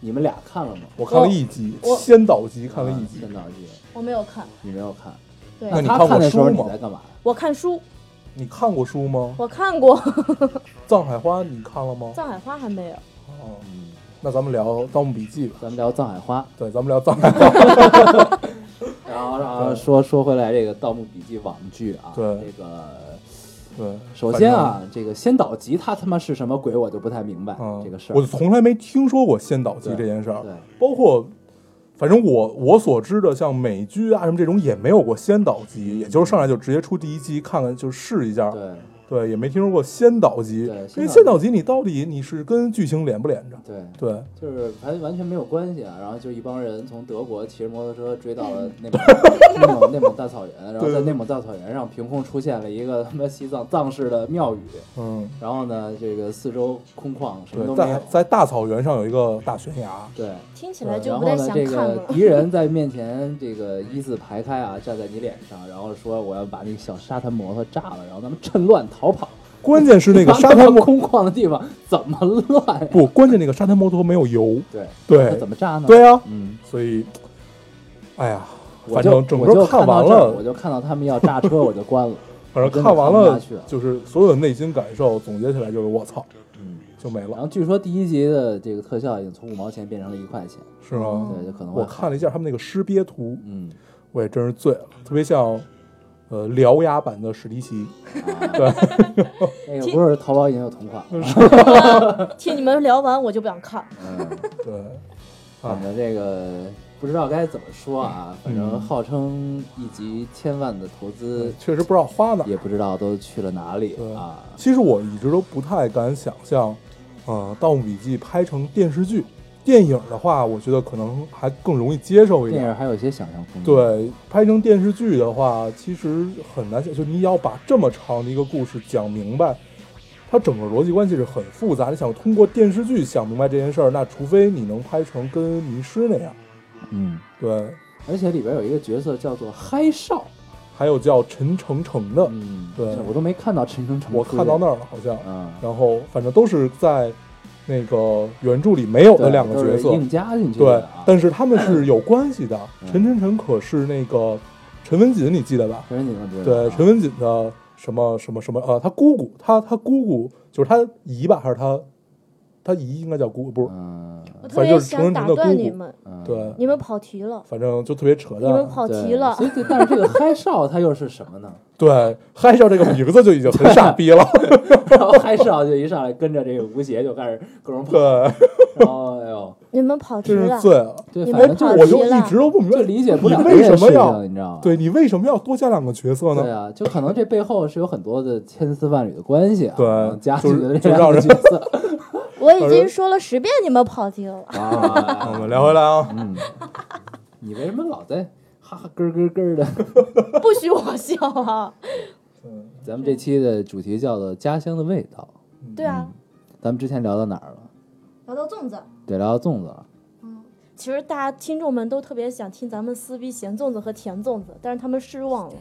[SPEAKER 1] 你们俩看了吗？
[SPEAKER 2] 我看了一集，
[SPEAKER 3] 我
[SPEAKER 2] 先导集看了一集
[SPEAKER 1] 哦啊。先导记》，
[SPEAKER 4] 我没有看，
[SPEAKER 1] 你没有看。
[SPEAKER 4] 对
[SPEAKER 2] 那你
[SPEAKER 1] 他
[SPEAKER 2] 看过
[SPEAKER 1] 的时候
[SPEAKER 2] 书
[SPEAKER 1] 你
[SPEAKER 2] 吗
[SPEAKER 1] 在干嘛呀？
[SPEAKER 3] 我看书，
[SPEAKER 2] 你看过书吗？
[SPEAKER 3] 我看过《
[SPEAKER 2] 《藏海花》你看了吗？
[SPEAKER 3] 藏海花》还没有。
[SPEAKER 2] 哦，
[SPEAKER 1] 嗯，
[SPEAKER 2] 那咱们聊《盗墓笔记》吧。
[SPEAKER 1] 咱们聊《藏海花
[SPEAKER 2] 对，咱们聊 《藏海花》。》，
[SPEAKER 1] 然后然后说说回来这个《盗墓笔记》网剧啊，
[SPEAKER 2] 对
[SPEAKER 1] 这个
[SPEAKER 2] 对，
[SPEAKER 1] 首先啊，这个先导集它他妈是什么鬼，我就不太明白
[SPEAKER 2] 反正，嗯，
[SPEAKER 1] 这个事
[SPEAKER 2] 我
[SPEAKER 1] 儿。
[SPEAKER 2] 从来没听说过先导集
[SPEAKER 1] 对
[SPEAKER 2] 这件事儿
[SPEAKER 1] 对，，
[SPEAKER 2] 包括。反正我我所知的，像美剧啊什么这种也没有过先导集，也就是上来就直接出第一集看看就试一下，
[SPEAKER 1] 对
[SPEAKER 2] 对，也没听说过先导集
[SPEAKER 1] 对，先
[SPEAKER 2] 因为
[SPEAKER 1] 导
[SPEAKER 2] 先导集你到底你是跟剧情连不连着？
[SPEAKER 1] 对，
[SPEAKER 2] 对，
[SPEAKER 1] 就是完完全没有关系啊。然后就一帮人从德国骑着摩托车追到了 内蒙内蒙内蒙大草原，然后在
[SPEAKER 2] 对
[SPEAKER 1] 内蒙大草原上凭空出现了一个他妈西藏藏式的庙宇，
[SPEAKER 2] 嗯，
[SPEAKER 1] 然后呢，这个四周空旷，什么
[SPEAKER 2] 对，
[SPEAKER 1] 都没
[SPEAKER 2] 在
[SPEAKER 1] 有。
[SPEAKER 2] 在大草原上有一个大悬崖，
[SPEAKER 1] 对，
[SPEAKER 3] 听起来就
[SPEAKER 1] 呃然
[SPEAKER 3] 不
[SPEAKER 1] 后
[SPEAKER 3] 太想，
[SPEAKER 1] 呢这
[SPEAKER 3] 看
[SPEAKER 1] 个
[SPEAKER 3] 了。
[SPEAKER 1] 敌人在面前这个一字排开啊，站在你脸上，然后说我要把那个小沙滩摩托炸了，然后咱们趁乱逃跑。
[SPEAKER 2] 关键是那 个
[SPEAKER 1] 他们
[SPEAKER 2] 沙滩摩
[SPEAKER 1] 空旷的地方怎么乱呀？
[SPEAKER 2] 不，关键那个沙滩摩托没有油，
[SPEAKER 1] 对，那
[SPEAKER 2] 对
[SPEAKER 1] 怎么炸呢？，
[SPEAKER 2] 对啊，
[SPEAKER 1] 嗯，
[SPEAKER 2] 所以，哎呀，
[SPEAKER 1] 我
[SPEAKER 2] 反
[SPEAKER 1] 就
[SPEAKER 2] 正整
[SPEAKER 1] 我就
[SPEAKER 2] 个看
[SPEAKER 1] 到
[SPEAKER 2] 完
[SPEAKER 1] 这儿我
[SPEAKER 2] 了，
[SPEAKER 1] 就看到他们要炸车，我就关 了。
[SPEAKER 2] 反正
[SPEAKER 1] 真的
[SPEAKER 2] 看完
[SPEAKER 1] 看不
[SPEAKER 2] 了
[SPEAKER 1] 下去了，
[SPEAKER 2] 就是所有的内心感受总结起来就是我操，
[SPEAKER 1] 嗯，
[SPEAKER 2] 就没
[SPEAKER 1] 然
[SPEAKER 2] 了，
[SPEAKER 1] 后据说第一集的这个特效已经从五毛钱变成了一块钱，嗯
[SPEAKER 2] 是吗？
[SPEAKER 1] 对，就可能会
[SPEAKER 2] 我看了一下他们那个尸鳖图，
[SPEAKER 1] 嗯，
[SPEAKER 2] 我也真是醉了，特别像呃獠牙版的史迪奇，
[SPEAKER 5] 那个不是淘宝已经有同款 了，
[SPEAKER 2] 嗯
[SPEAKER 6] 听你们聊完我就不想看，
[SPEAKER 1] 嗯，
[SPEAKER 2] 对，
[SPEAKER 1] 反正这个不知道该怎么说啊，
[SPEAKER 2] 嗯
[SPEAKER 1] 反正号称一集千万的投资，
[SPEAKER 2] 确实不知道花哪儿。
[SPEAKER 1] 也不知道都去了哪里
[SPEAKER 2] 嗯对
[SPEAKER 1] 啊。
[SPEAKER 2] 其实我一直都不太敢想象，呃，《盗墓笔记》拍成电视剧、电影的话，我觉得可能还更容易接受一
[SPEAKER 1] 电
[SPEAKER 2] 点。
[SPEAKER 1] 影还有一些想象空间，，
[SPEAKER 2] 对，拍成电视剧的话，其实很难想，就你要把这么长的一个故事讲明白，它整个逻辑关系是很复杂。你想通过电视剧想明白这件事儿，那除非你能拍成跟《迷失》那样。
[SPEAKER 1] 嗯，
[SPEAKER 2] 对，
[SPEAKER 1] 而且里边有一个角色叫做嗨少，
[SPEAKER 2] 还有叫陈诚诚的，
[SPEAKER 1] 嗯，
[SPEAKER 2] 对
[SPEAKER 1] 我都没看到陈升成，
[SPEAKER 2] 我看到那儿了，好像。
[SPEAKER 1] 啊，
[SPEAKER 2] 然后反正都是在那个原著里没有的
[SPEAKER 1] 对
[SPEAKER 2] 两个角
[SPEAKER 1] 都
[SPEAKER 2] 色
[SPEAKER 1] 是，硬加进去
[SPEAKER 2] 对
[SPEAKER 1] 的啊，，
[SPEAKER 2] 但是他们是有关系的。
[SPEAKER 1] 嗯
[SPEAKER 2] 陈晨晨可是那个陈文锦，你记得吧？
[SPEAKER 1] 陈文锦我觉得
[SPEAKER 2] 对，
[SPEAKER 1] 啊
[SPEAKER 2] 陈文锦的什么什么什么呃，他姑姑，他他姑姑就是他姨吧，还是他他姨应该叫姑，不是？
[SPEAKER 1] 嗯
[SPEAKER 6] 我特
[SPEAKER 2] 反正
[SPEAKER 6] 别
[SPEAKER 2] 就是成
[SPEAKER 6] 想
[SPEAKER 2] 人成
[SPEAKER 6] 打
[SPEAKER 2] 的
[SPEAKER 6] 断
[SPEAKER 2] 姑
[SPEAKER 6] 你
[SPEAKER 2] 姑
[SPEAKER 6] 们，
[SPEAKER 1] 嗯，
[SPEAKER 2] 对，
[SPEAKER 6] 你们跑题了，
[SPEAKER 2] 反正就特别扯
[SPEAKER 6] 你们
[SPEAKER 2] 淡。
[SPEAKER 6] 跑
[SPEAKER 1] 对
[SPEAKER 6] 题了
[SPEAKER 1] 所，以这但是这个嗨少它又是什么呢？
[SPEAKER 2] 对，嗨上这个名字就已经很傻逼了。
[SPEAKER 1] 然后嗨少就一上来跟着这个吴邪就开始各种跑，
[SPEAKER 2] 对，
[SPEAKER 1] 然后哎呦，
[SPEAKER 6] 你们跑题
[SPEAKER 2] 真是
[SPEAKER 6] 了，
[SPEAKER 2] 醉了。
[SPEAKER 1] 对，
[SPEAKER 6] 你
[SPEAKER 1] 反
[SPEAKER 6] 们
[SPEAKER 1] 正
[SPEAKER 6] 跑
[SPEAKER 1] 就是
[SPEAKER 2] 我就
[SPEAKER 6] 题了
[SPEAKER 2] 一直都不明白
[SPEAKER 1] 就理解不了
[SPEAKER 2] 你
[SPEAKER 1] 这
[SPEAKER 2] 为
[SPEAKER 1] 件
[SPEAKER 2] 什么
[SPEAKER 1] 事
[SPEAKER 2] 要
[SPEAKER 1] 情，你知道吗？
[SPEAKER 2] 对你为什么要多加两个角色
[SPEAKER 1] 对
[SPEAKER 2] 呢？
[SPEAKER 1] 啊，就可能这背后是有很多的千丝万缕的关系啊，
[SPEAKER 2] 对
[SPEAKER 1] 然后加进去的
[SPEAKER 2] 就
[SPEAKER 1] 这
[SPEAKER 2] 就让
[SPEAKER 1] 样的
[SPEAKER 2] 人
[SPEAKER 1] 角色
[SPEAKER 6] 我已经说了十遍你们跑题了，
[SPEAKER 1] 啊，
[SPEAKER 2] 我们聊回来啊，
[SPEAKER 1] 嗯，你为什么老在哈哈咯咯咯的？
[SPEAKER 6] 不许我笑啊！
[SPEAKER 1] 咱们这期的主题叫做《家乡的味道
[SPEAKER 6] 对啊，》，
[SPEAKER 1] 咱们之前聊到哪儿了？
[SPEAKER 6] 聊到粽子，
[SPEAKER 1] 对，聊到粽子了。
[SPEAKER 4] 其实大家听众们都特别想听咱们撕逼咸粽子和甜粽子，但是他们失望了。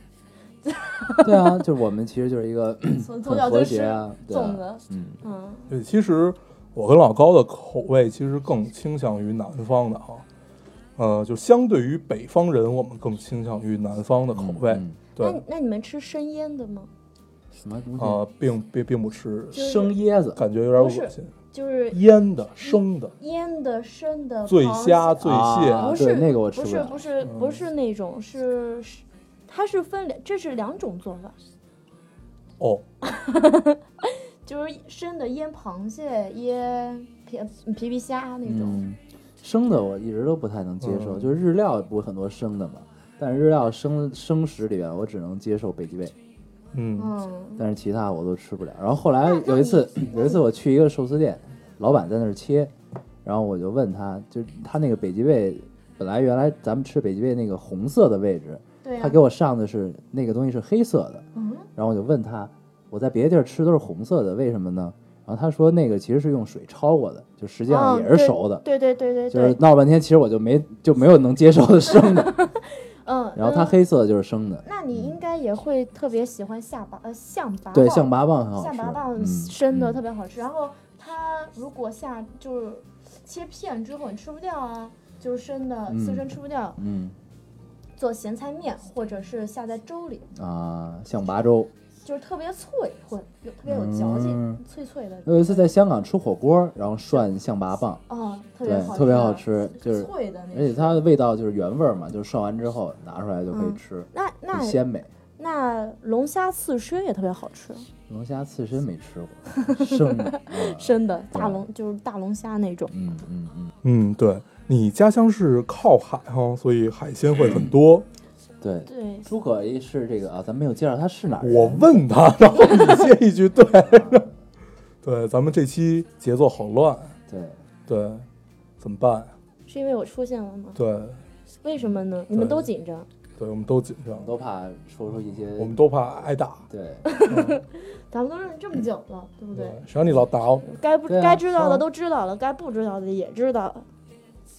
[SPEAKER 1] 对啊，就是我们其实就是一个
[SPEAKER 6] 从从小
[SPEAKER 1] 很
[SPEAKER 6] 就
[SPEAKER 1] 和
[SPEAKER 6] 吃
[SPEAKER 1] 谐啊，对
[SPEAKER 6] 粽
[SPEAKER 1] 啊，
[SPEAKER 6] 子，
[SPEAKER 1] 嗯，
[SPEAKER 6] 嗯，
[SPEAKER 2] 对，其实我跟老高的口味其实更倾向于南方的哈，呃，就相对于北方人，我们更倾向于南方的口味。
[SPEAKER 1] 嗯嗯
[SPEAKER 4] 那
[SPEAKER 2] 对
[SPEAKER 4] 你，那你们吃生腌的吗？
[SPEAKER 1] 什么东西？
[SPEAKER 2] 呃，并并并不吃，
[SPEAKER 1] 生椰子，
[SPEAKER 2] 感觉有点
[SPEAKER 4] 不是
[SPEAKER 2] 恶心，
[SPEAKER 4] 就是
[SPEAKER 2] 腌的、生的、
[SPEAKER 4] 腌的、生的、
[SPEAKER 2] 醉
[SPEAKER 4] 螃蟹
[SPEAKER 2] 虾、醉
[SPEAKER 1] 啊
[SPEAKER 2] 蟹，
[SPEAKER 4] 不
[SPEAKER 1] 对
[SPEAKER 4] 是
[SPEAKER 1] 那个我吃
[SPEAKER 4] 不
[SPEAKER 1] 不
[SPEAKER 4] 是
[SPEAKER 1] 了嗯
[SPEAKER 4] 不是不是那种是是，它是分两，这是两种做法，
[SPEAKER 2] 哦，
[SPEAKER 4] 就是生的腌螃蟹、腌皮嗯皮皮虾那种。
[SPEAKER 1] 嗯，生的我一直都不太能接受，
[SPEAKER 2] 嗯
[SPEAKER 1] 就是日料不是很多生的嘛，但是日料生生食里边我只能接受北极贝，
[SPEAKER 2] 嗯，
[SPEAKER 4] 嗯，
[SPEAKER 1] 但是其他我都吃不了。然后后来有一次，有一次我去一个寿司店，老板在那儿切，然后我就问他，就是他那个北极贝，本来原来咱们吃北极贝那个红色的位置，
[SPEAKER 4] 对啊嗯呀、
[SPEAKER 1] 他给我上的是那个东西是黑色的，然后我就问他，我在别的地儿吃都是红色的，为什么呢？然后他说那个其实是用水焯过的，就实际上
[SPEAKER 4] 嗯
[SPEAKER 1] 也是熟的。
[SPEAKER 4] 对对对对
[SPEAKER 1] 就
[SPEAKER 4] 对
[SPEAKER 1] 是，闹半天，其实我就没就没有能接受的生 的，
[SPEAKER 4] 嗯，
[SPEAKER 1] 然后它
[SPEAKER 4] 嗯
[SPEAKER 1] 黑色的就是生的，
[SPEAKER 4] 那你应该也会特别喜欢下巴呃象拔
[SPEAKER 1] 对，
[SPEAKER 4] 蚌
[SPEAKER 1] 象拔蚌很好
[SPEAKER 4] 象
[SPEAKER 1] 吃，
[SPEAKER 4] 拔蚌
[SPEAKER 1] 嗯
[SPEAKER 4] 生的
[SPEAKER 1] 嗯
[SPEAKER 4] 特别好吃，然后它如果下就是切片之后你吃不掉啊，就是生的
[SPEAKER 1] 嗯
[SPEAKER 4] 刺身吃不掉，
[SPEAKER 1] 嗯
[SPEAKER 4] 做咸菜面或者是下在粥里，
[SPEAKER 1] 啊，象拔粥。
[SPEAKER 4] 就是特别脆，会有特别有嚼劲，
[SPEAKER 1] 嗯
[SPEAKER 4] 脆脆的，
[SPEAKER 1] 有一次在香港吃火锅，然后涮象拔蚌，
[SPEAKER 4] 哦，特别
[SPEAKER 1] 对，
[SPEAKER 4] 好，
[SPEAKER 1] 特别好，吃，就是哎
[SPEAKER 4] 脆的那
[SPEAKER 1] 而且
[SPEAKER 4] 种。
[SPEAKER 1] 它的味道就是原味儿嘛，就是涮完之后拿出来就可以吃，
[SPEAKER 4] 那嗯那
[SPEAKER 1] 很鲜啊美。
[SPEAKER 4] 那龙虾刺身也特别好吃，
[SPEAKER 1] 龙虾刺身没吃过，生 的，啊
[SPEAKER 4] 生的
[SPEAKER 1] 对
[SPEAKER 4] 大龙就是大龙虾那种。
[SPEAKER 1] 嗯嗯嗯，
[SPEAKER 2] 嗯，对你家乡是靠海哈，所以海鲜会很多。
[SPEAKER 1] 对。
[SPEAKER 4] 对，
[SPEAKER 1] 诸葛一是这个啊，咱没有介绍他是哪儿人。
[SPEAKER 2] 我问他，然后你接一句对， 对，咱们这期节奏好乱，
[SPEAKER 1] 对，
[SPEAKER 2] 对，怎么办？
[SPEAKER 4] 是因为我出现了吗？
[SPEAKER 2] 对，
[SPEAKER 4] 为什么呢？你们都紧张。
[SPEAKER 2] 对，我们都紧张
[SPEAKER 1] 我，都怕说出一些
[SPEAKER 2] 我们都怕挨打，
[SPEAKER 1] 对
[SPEAKER 4] 咱们都认识这么久了，对不对？，
[SPEAKER 2] 谁让你老打我？
[SPEAKER 4] 该不、
[SPEAKER 1] 对啊
[SPEAKER 4] 该知道
[SPEAKER 1] 是啊
[SPEAKER 4] 的都知道了，该不知道的也知道了。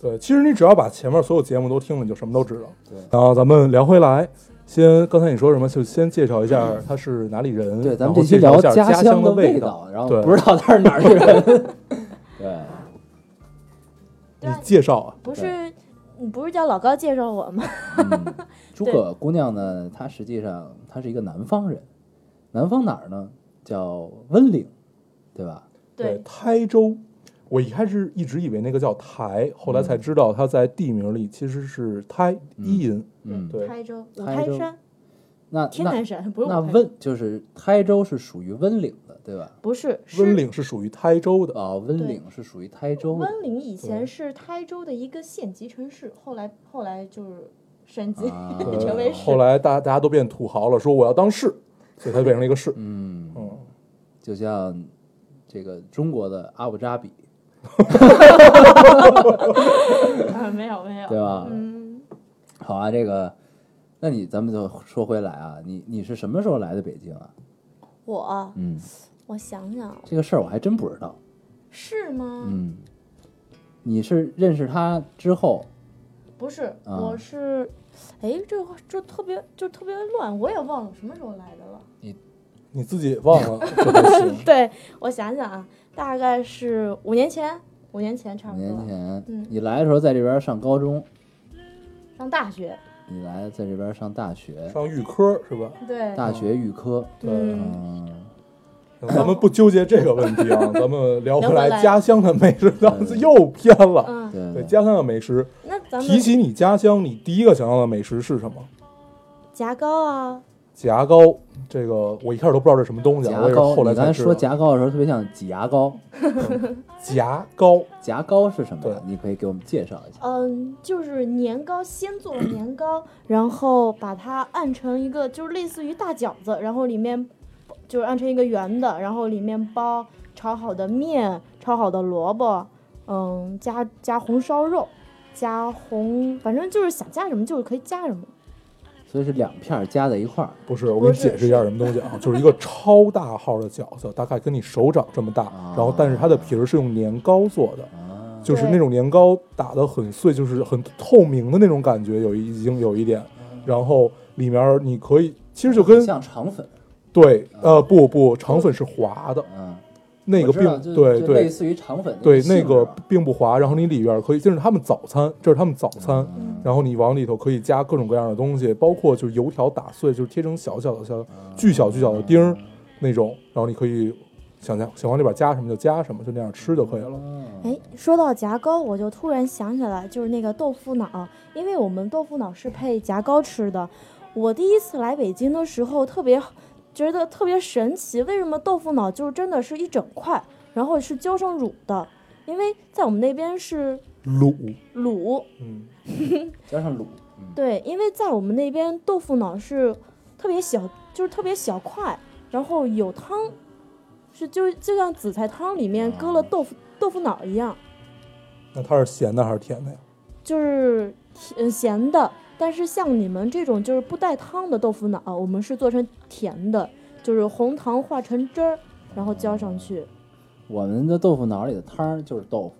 [SPEAKER 2] 对，其实你只要把前面所有节目都听了，你就什么都知道。
[SPEAKER 1] 对
[SPEAKER 2] 然后咱们聊回来，先刚才你说什么，就先介绍一下他是哪里
[SPEAKER 1] 嗯
[SPEAKER 2] 人。
[SPEAKER 1] 对，咱
[SPEAKER 2] 然
[SPEAKER 1] 们
[SPEAKER 2] 后
[SPEAKER 1] 这期
[SPEAKER 2] 介绍
[SPEAKER 1] 聊
[SPEAKER 2] 一下家
[SPEAKER 1] 乡
[SPEAKER 2] 的
[SPEAKER 1] 味
[SPEAKER 2] 道。
[SPEAKER 1] 然后
[SPEAKER 2] 对
[SPEAKER 1] 不知道他是哪儿人。 对，
[SPEAKER 2] 你介绍啊，
[SPEAKER 4] 不是，你不是叫老高介绍我吗？
[SPEAKER 1] 嗯，诸
[SPEAKER 4] 对
[SPEAKER 1] 葛姑娘呢，她实际上她是一个南方人，南方哪儿呢？叫温岭，对吧？
[SPEAKER 2] 对，，台州。我一开始一直以为那个叫台，后来
[SPEAKER 1] 嗯
[SPEAKER 2] 才知道它在地名里其实是台一音。
[SPEAKER 1] 嗯，
[SPEAKER 2] 对，
[SPEAKER 4] 台州、五
[SPEAKER 1] 台
[SPEAKER 4] 台
[SPEAKER 1] 州
[SPEAKER 4] 山，
[SPEAKER 1] 那
[SPEAKER 4] 天
[SPEAKER 1] 那
[SPEAKER 4] 南山不是
[SPEAKER 1] 那
[SPEAKER 4] 我开的，
[SPEAKER 1] 温就是台州是属于温岭的，对吧？
[SPEAKER 3] 不是是
[SPEAKER 2] 温岭是属于台州的，
[SPEAKER 1] 啊，温岭是属于台州的
[SPEAKER 4] 温岭以
[SPEAKER 2] 对
[SPEAKER 4] 前是台州的一个县级城市，后来后来就是升级、
[SPEAKER 1] 啊
[SPEAKER 2] 对
[SPEAKER 4] 成为市
[SPEAKER 2] 呃后。来大大家都变土豪了，说我要当市，所以它就变成了一个市。
[SPEAKER 1] 嗯，
[SPEAKER 2] 嗯，
[SPEAKER 1] 就像这个中国的阿布扎比，
[SPEAKER 4] 啊，没有没有，
[SPEAKER 1] 对吧？
[SPEAKER 4] 嗯，
[SPEAKER 1] 好啊，这个，那你咱们就说回来啊，你你是什么时候来的北京啊？
[SPEAKER 3] 我，
[SPEAKER 4] 啊
[SPEAKER 1] 嗯，
[SPEAKER 3] 我想想，
[SPEAKER 1] 这个事儿我还真不知道。
[SPEAKER 4] 是吗？
[SPEAKER 1] 嗯，你是认识他之后，
[SPEAKER 4] 不是，
[SPEAKER 1] 啊
[SPEAKER 4] 我是，哎，这个这特别就特别乱，我也忘了什么时候来的了。
[SPEAKER 2] 你自己也忘了，
[SPEAKER 4] 对，我想想啊，大概是五年前，五年前差
[SPEAKER 1] 五
[SPEAKER 4] 不多
[SPEAKER 1] 年前、
[SPEAKER 4] 嗯
[SPEAKER 1] 你来的时候在这边上高中，
[SPEAKER 4] 上大学。
[SPEAKER 1] 你来在这边上大学，
[SPEAKER 2] 上预科是吧？
[SPEAKER 4] 对，
[SPEAKER 1] 大学预科，
[SPEAKER 4] 嗯，
[SPEAKER 1] 嗯，
[SPEAKER 2] 咱们不纠结这个问题啊，咱们聊回
[SPEAKER 4] 聊回
[SPEAKER 2] 来
[SPEAKER 4] 来
[SPEAKER 2] 家乡的美食，咱们又偏了。
[SPEAKER 4] 嗯，
[SPEAKER 1] 对
[SPEAKER 2] 对家乡的美食，
[SPEAKER 4] 那咱们
[SPEAKER 2] 提起你家乡，你第一个想到的美食是什么？
[SPEAKER 4] 夹糕啊，
[SPEAKER 2] 夹糕，这个我一开始都不知道这是什么东西啊，我
[SPEAKER 1] 牙
[SPEAKER 2] 也是
[SPEAKER 1] 膏，
[SPEAKER 2] 后来
[SPEAKER 1] 你刚
[SPEAKER 2] 才
[SPEAKER 1] 才
[SPEAKER 2] 知
[SPEAKER 1] 说
[SPEAKER 2] 道。
[SPEAKER 1] 牙膏的时候特别像挤牙膏，
[SPEAKER 2] 夹糕，
[SPEAKER 1] 牙膏是什么呀？
[SPEAKER 2] 对
[SPEAKER 1] 你可以给我们介绍一下。
[SPEAKER 4] 嗯，就是年糕，先做年糕，然后把它按成一个，就是类似于大饺子，然后里面就是按成一个圆的，然后里面包炒好的面、炒好的萝卜，嗯，加加红烧肉，加红，反正就是想加什么就是可以加什么。
[SPEAKER 1] 所以是两片儿夹在一块儿
[SPEAKER 2] 不是，我给你解释一下什么东西啊， 就是一个超大号的饺子，大概跟你手掌这么大，然后但是它的皮儿是用年糕做的，
[SPEAKER 1] 啊，
[SPEAKER 2] 就是
[SPEAKER 4] 对
[SPEAKER 2] 那种年糕打得很碎，就是很透明的那种感觉，有一已经有一点，然后里面儿你可以其实就跟
[SPEAKER 1] 像肠嗯粉，
[SPEAKER 2] 对呃不不肠粉是滑的，
[SPEAKER 1] 嗯，
[SPEAKER 2] 那个
[SPEAKER 1] 我知道
[SPEAKER 2] 并
[SPEAKER 1] 就
[SPEAKER 2] 对
[SPEAKER 1] 就类
[SPEAKER 2] 对
[SPEAKER 1] 似于肠粉
[SPEAKER 2] 对
[SPEAKER 1] 性
[SPEAKER 2] 那个
[SPEAKER 1] 质吧
[SPEAKER 2] 并不滑，然后你里边儿可以这是他们早餐，这是他们早餐。
[SPEAKER 1] 嗯
[SPEAKER 2] 然后你往里头可以加各种各样的东西，包括就是油条打碎，就是贴成小小的、小巨小巨小的丁儿那种，然后你可以想想想往里边加什么就加什么，就那样吃就可以了。
[SPEAKER 4] 哎，说到夹糕，我就突然想起来，就是那个豆腐脑，因为我们豆腐脑是配夹糕吃的。我第一次来北京的时候，特别觉得特别神奇，为什么豆腐脑就是真的是一整块，然后是浇上乳的？因为在我们那边是
[SPEAKER 2] 卤，
[SPEAKER 4] 卤，
[SPEAKER 2] 嗯，
[SPEAKER 1] 加上卤，嗯
[SPEAKER 4] 对，因为在我们那边豆腐脑是特别小，就是特别小块，然后有汤，是就就像紫菜汤里面搁了豆腐豆腐脑一样。
[SPEAKER 2] 那它是咸的还是甜的呀？
[SPEAKER 4] 就是甜咸的，但是像你们这种就是不带汤的豆腐脑，我们是做成甜的，就是红糖化成汁儿，然后浇上去。
[SPEAKER 1] 我们的豆腐脑里的汤儿就是豆腐，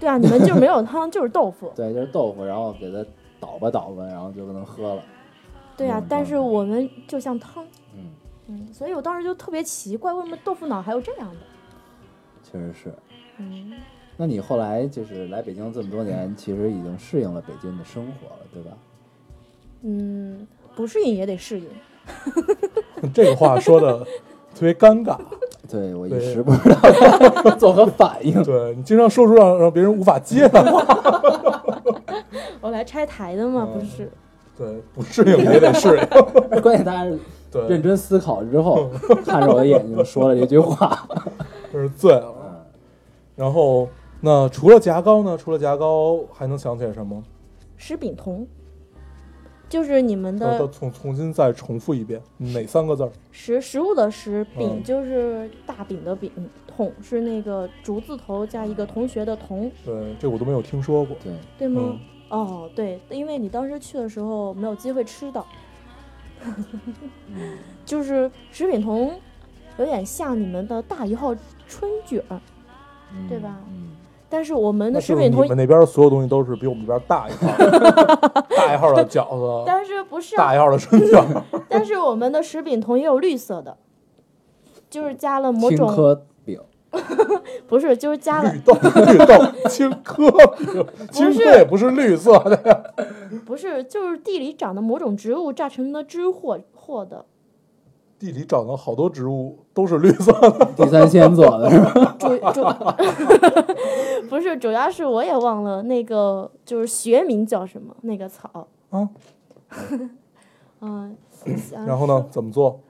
[SPEAKER 4] 对啊，你们就没有汤，就是豆腐。
[SPEAKER 1] 对，就是豆腐，然后给它倒吧倒吧，然后就能喝了。
[SPEAKER 4] 对啊，但是我们就像汤，
[SPEAKER 1] 嗯，
[SPEAKER 4] 嗯，所以我当时就特别奇怪，为什么豆腐脑还有这样的？
[SPEAKER 1] 确实是。
[SPEAKER 4] 嗯，
[SPEAKER 1] 那你后来就是来北京这么多年，其实已经适应了北京的生活了，对吧？
[SPEAKER 4] 嗯，不适应也得适应。
[SPEAKER 2] 这个话说的特别尴尬，
[SPEAKER 1] 对我一
[SPEAKER 2] 对
[SPEAKER 1] 时不知道 做何反应。
[SPEAKER 2] 对你经常说出让让别人无法接的话，
[SPEAKER 4] 我来拆台的嘛，不是？
[SPEAKER 2] 对，不适应也得适应，
[SPEAKER 1] 关键大家是认
[SPEAKER 2] 对，
[SPEAKER 1] 真思考之后，看着我的眼睛说了这句话。
[SPEAKER 2] 这是醉了。然后那除了夹糕呢？除了夹糕还能想起来什么？
[SPEAKER 4] 石饼童，就是你们
[SPEAKER 2] 那
[SPEAKER 4] 的
[SPEAKER 2] 再重重新再重复一遍哪三个字儿？
[SPEAKER 4] 食食物的食，
[SPEAKER 2] 嗯
[SPEAKER 4] 饼就是大饼的饼，桶是那个竹字头加一个同学的同，
[SPEAKER 2] 对，这我都没有听说过。
[SPEAKER 1] 对，
[SPEAKER 4] 对吗
[SPEAKER 2] 嗯？
[SPEAKER 4] 哦，对，因为你当时去的时候没有机会吃到，
[SPEAKER 2] 嗯
[SPEAKER 4] 就是食品童，有点像你们的大一号春卷儿，
[SPEAKER 1] 嗯
[SPEAKER 4] 对吧
[SPEAKER 1] 嗯，
[SPEAKER 4] 但是我们
[SPEAKER 2] 那
[SPEAKER 4] 的
[SPEAKER 2] 是
[SPEAKER 4] 食
[SPEAKER 2] 不是
[SPEAKER 4] 品
[SPEAKER 2] 你
[SPEAKER 4] 童，
[SPEAKER 2] 们那边所有东西都是比我们这边大一号 儿，大一号儿的饺子，
[SPEAKER 4] 但是不是啊、
[SPEAKER 2] 大一号儿的春卷儿，
[SPEAKER 4] 但是我们的食品童也有绿色的，就是加了某
[SPEAKER 1] 青
[SPEAKER 4] 种，
[SPEAKER 1] 稞饼，
[SPEAKER 4] 不是，就是加 了
[SPEAKER 2] 绿豆、绿豆、青稞，青稞也不是绿色的呀。
[SPEAKER 4] 不是，就是地里长的某种植物榨成的汁或或 的。
[SPEAKER 2] 地里长的好多植物都是绿色的，
[SPEAKER 1] 地三鲜做的是吧？
[SPEAKER 4] 主主 不是，主要是我也忘了那
[SPEAKER 1] 啊
[SPEAKER 4] 个就是学名叫什么那个草。
[SPEAKER 2] 啊
[SPEAKER 4] 嗯，想
[SPEAKER 2] 然后呢，怎么做？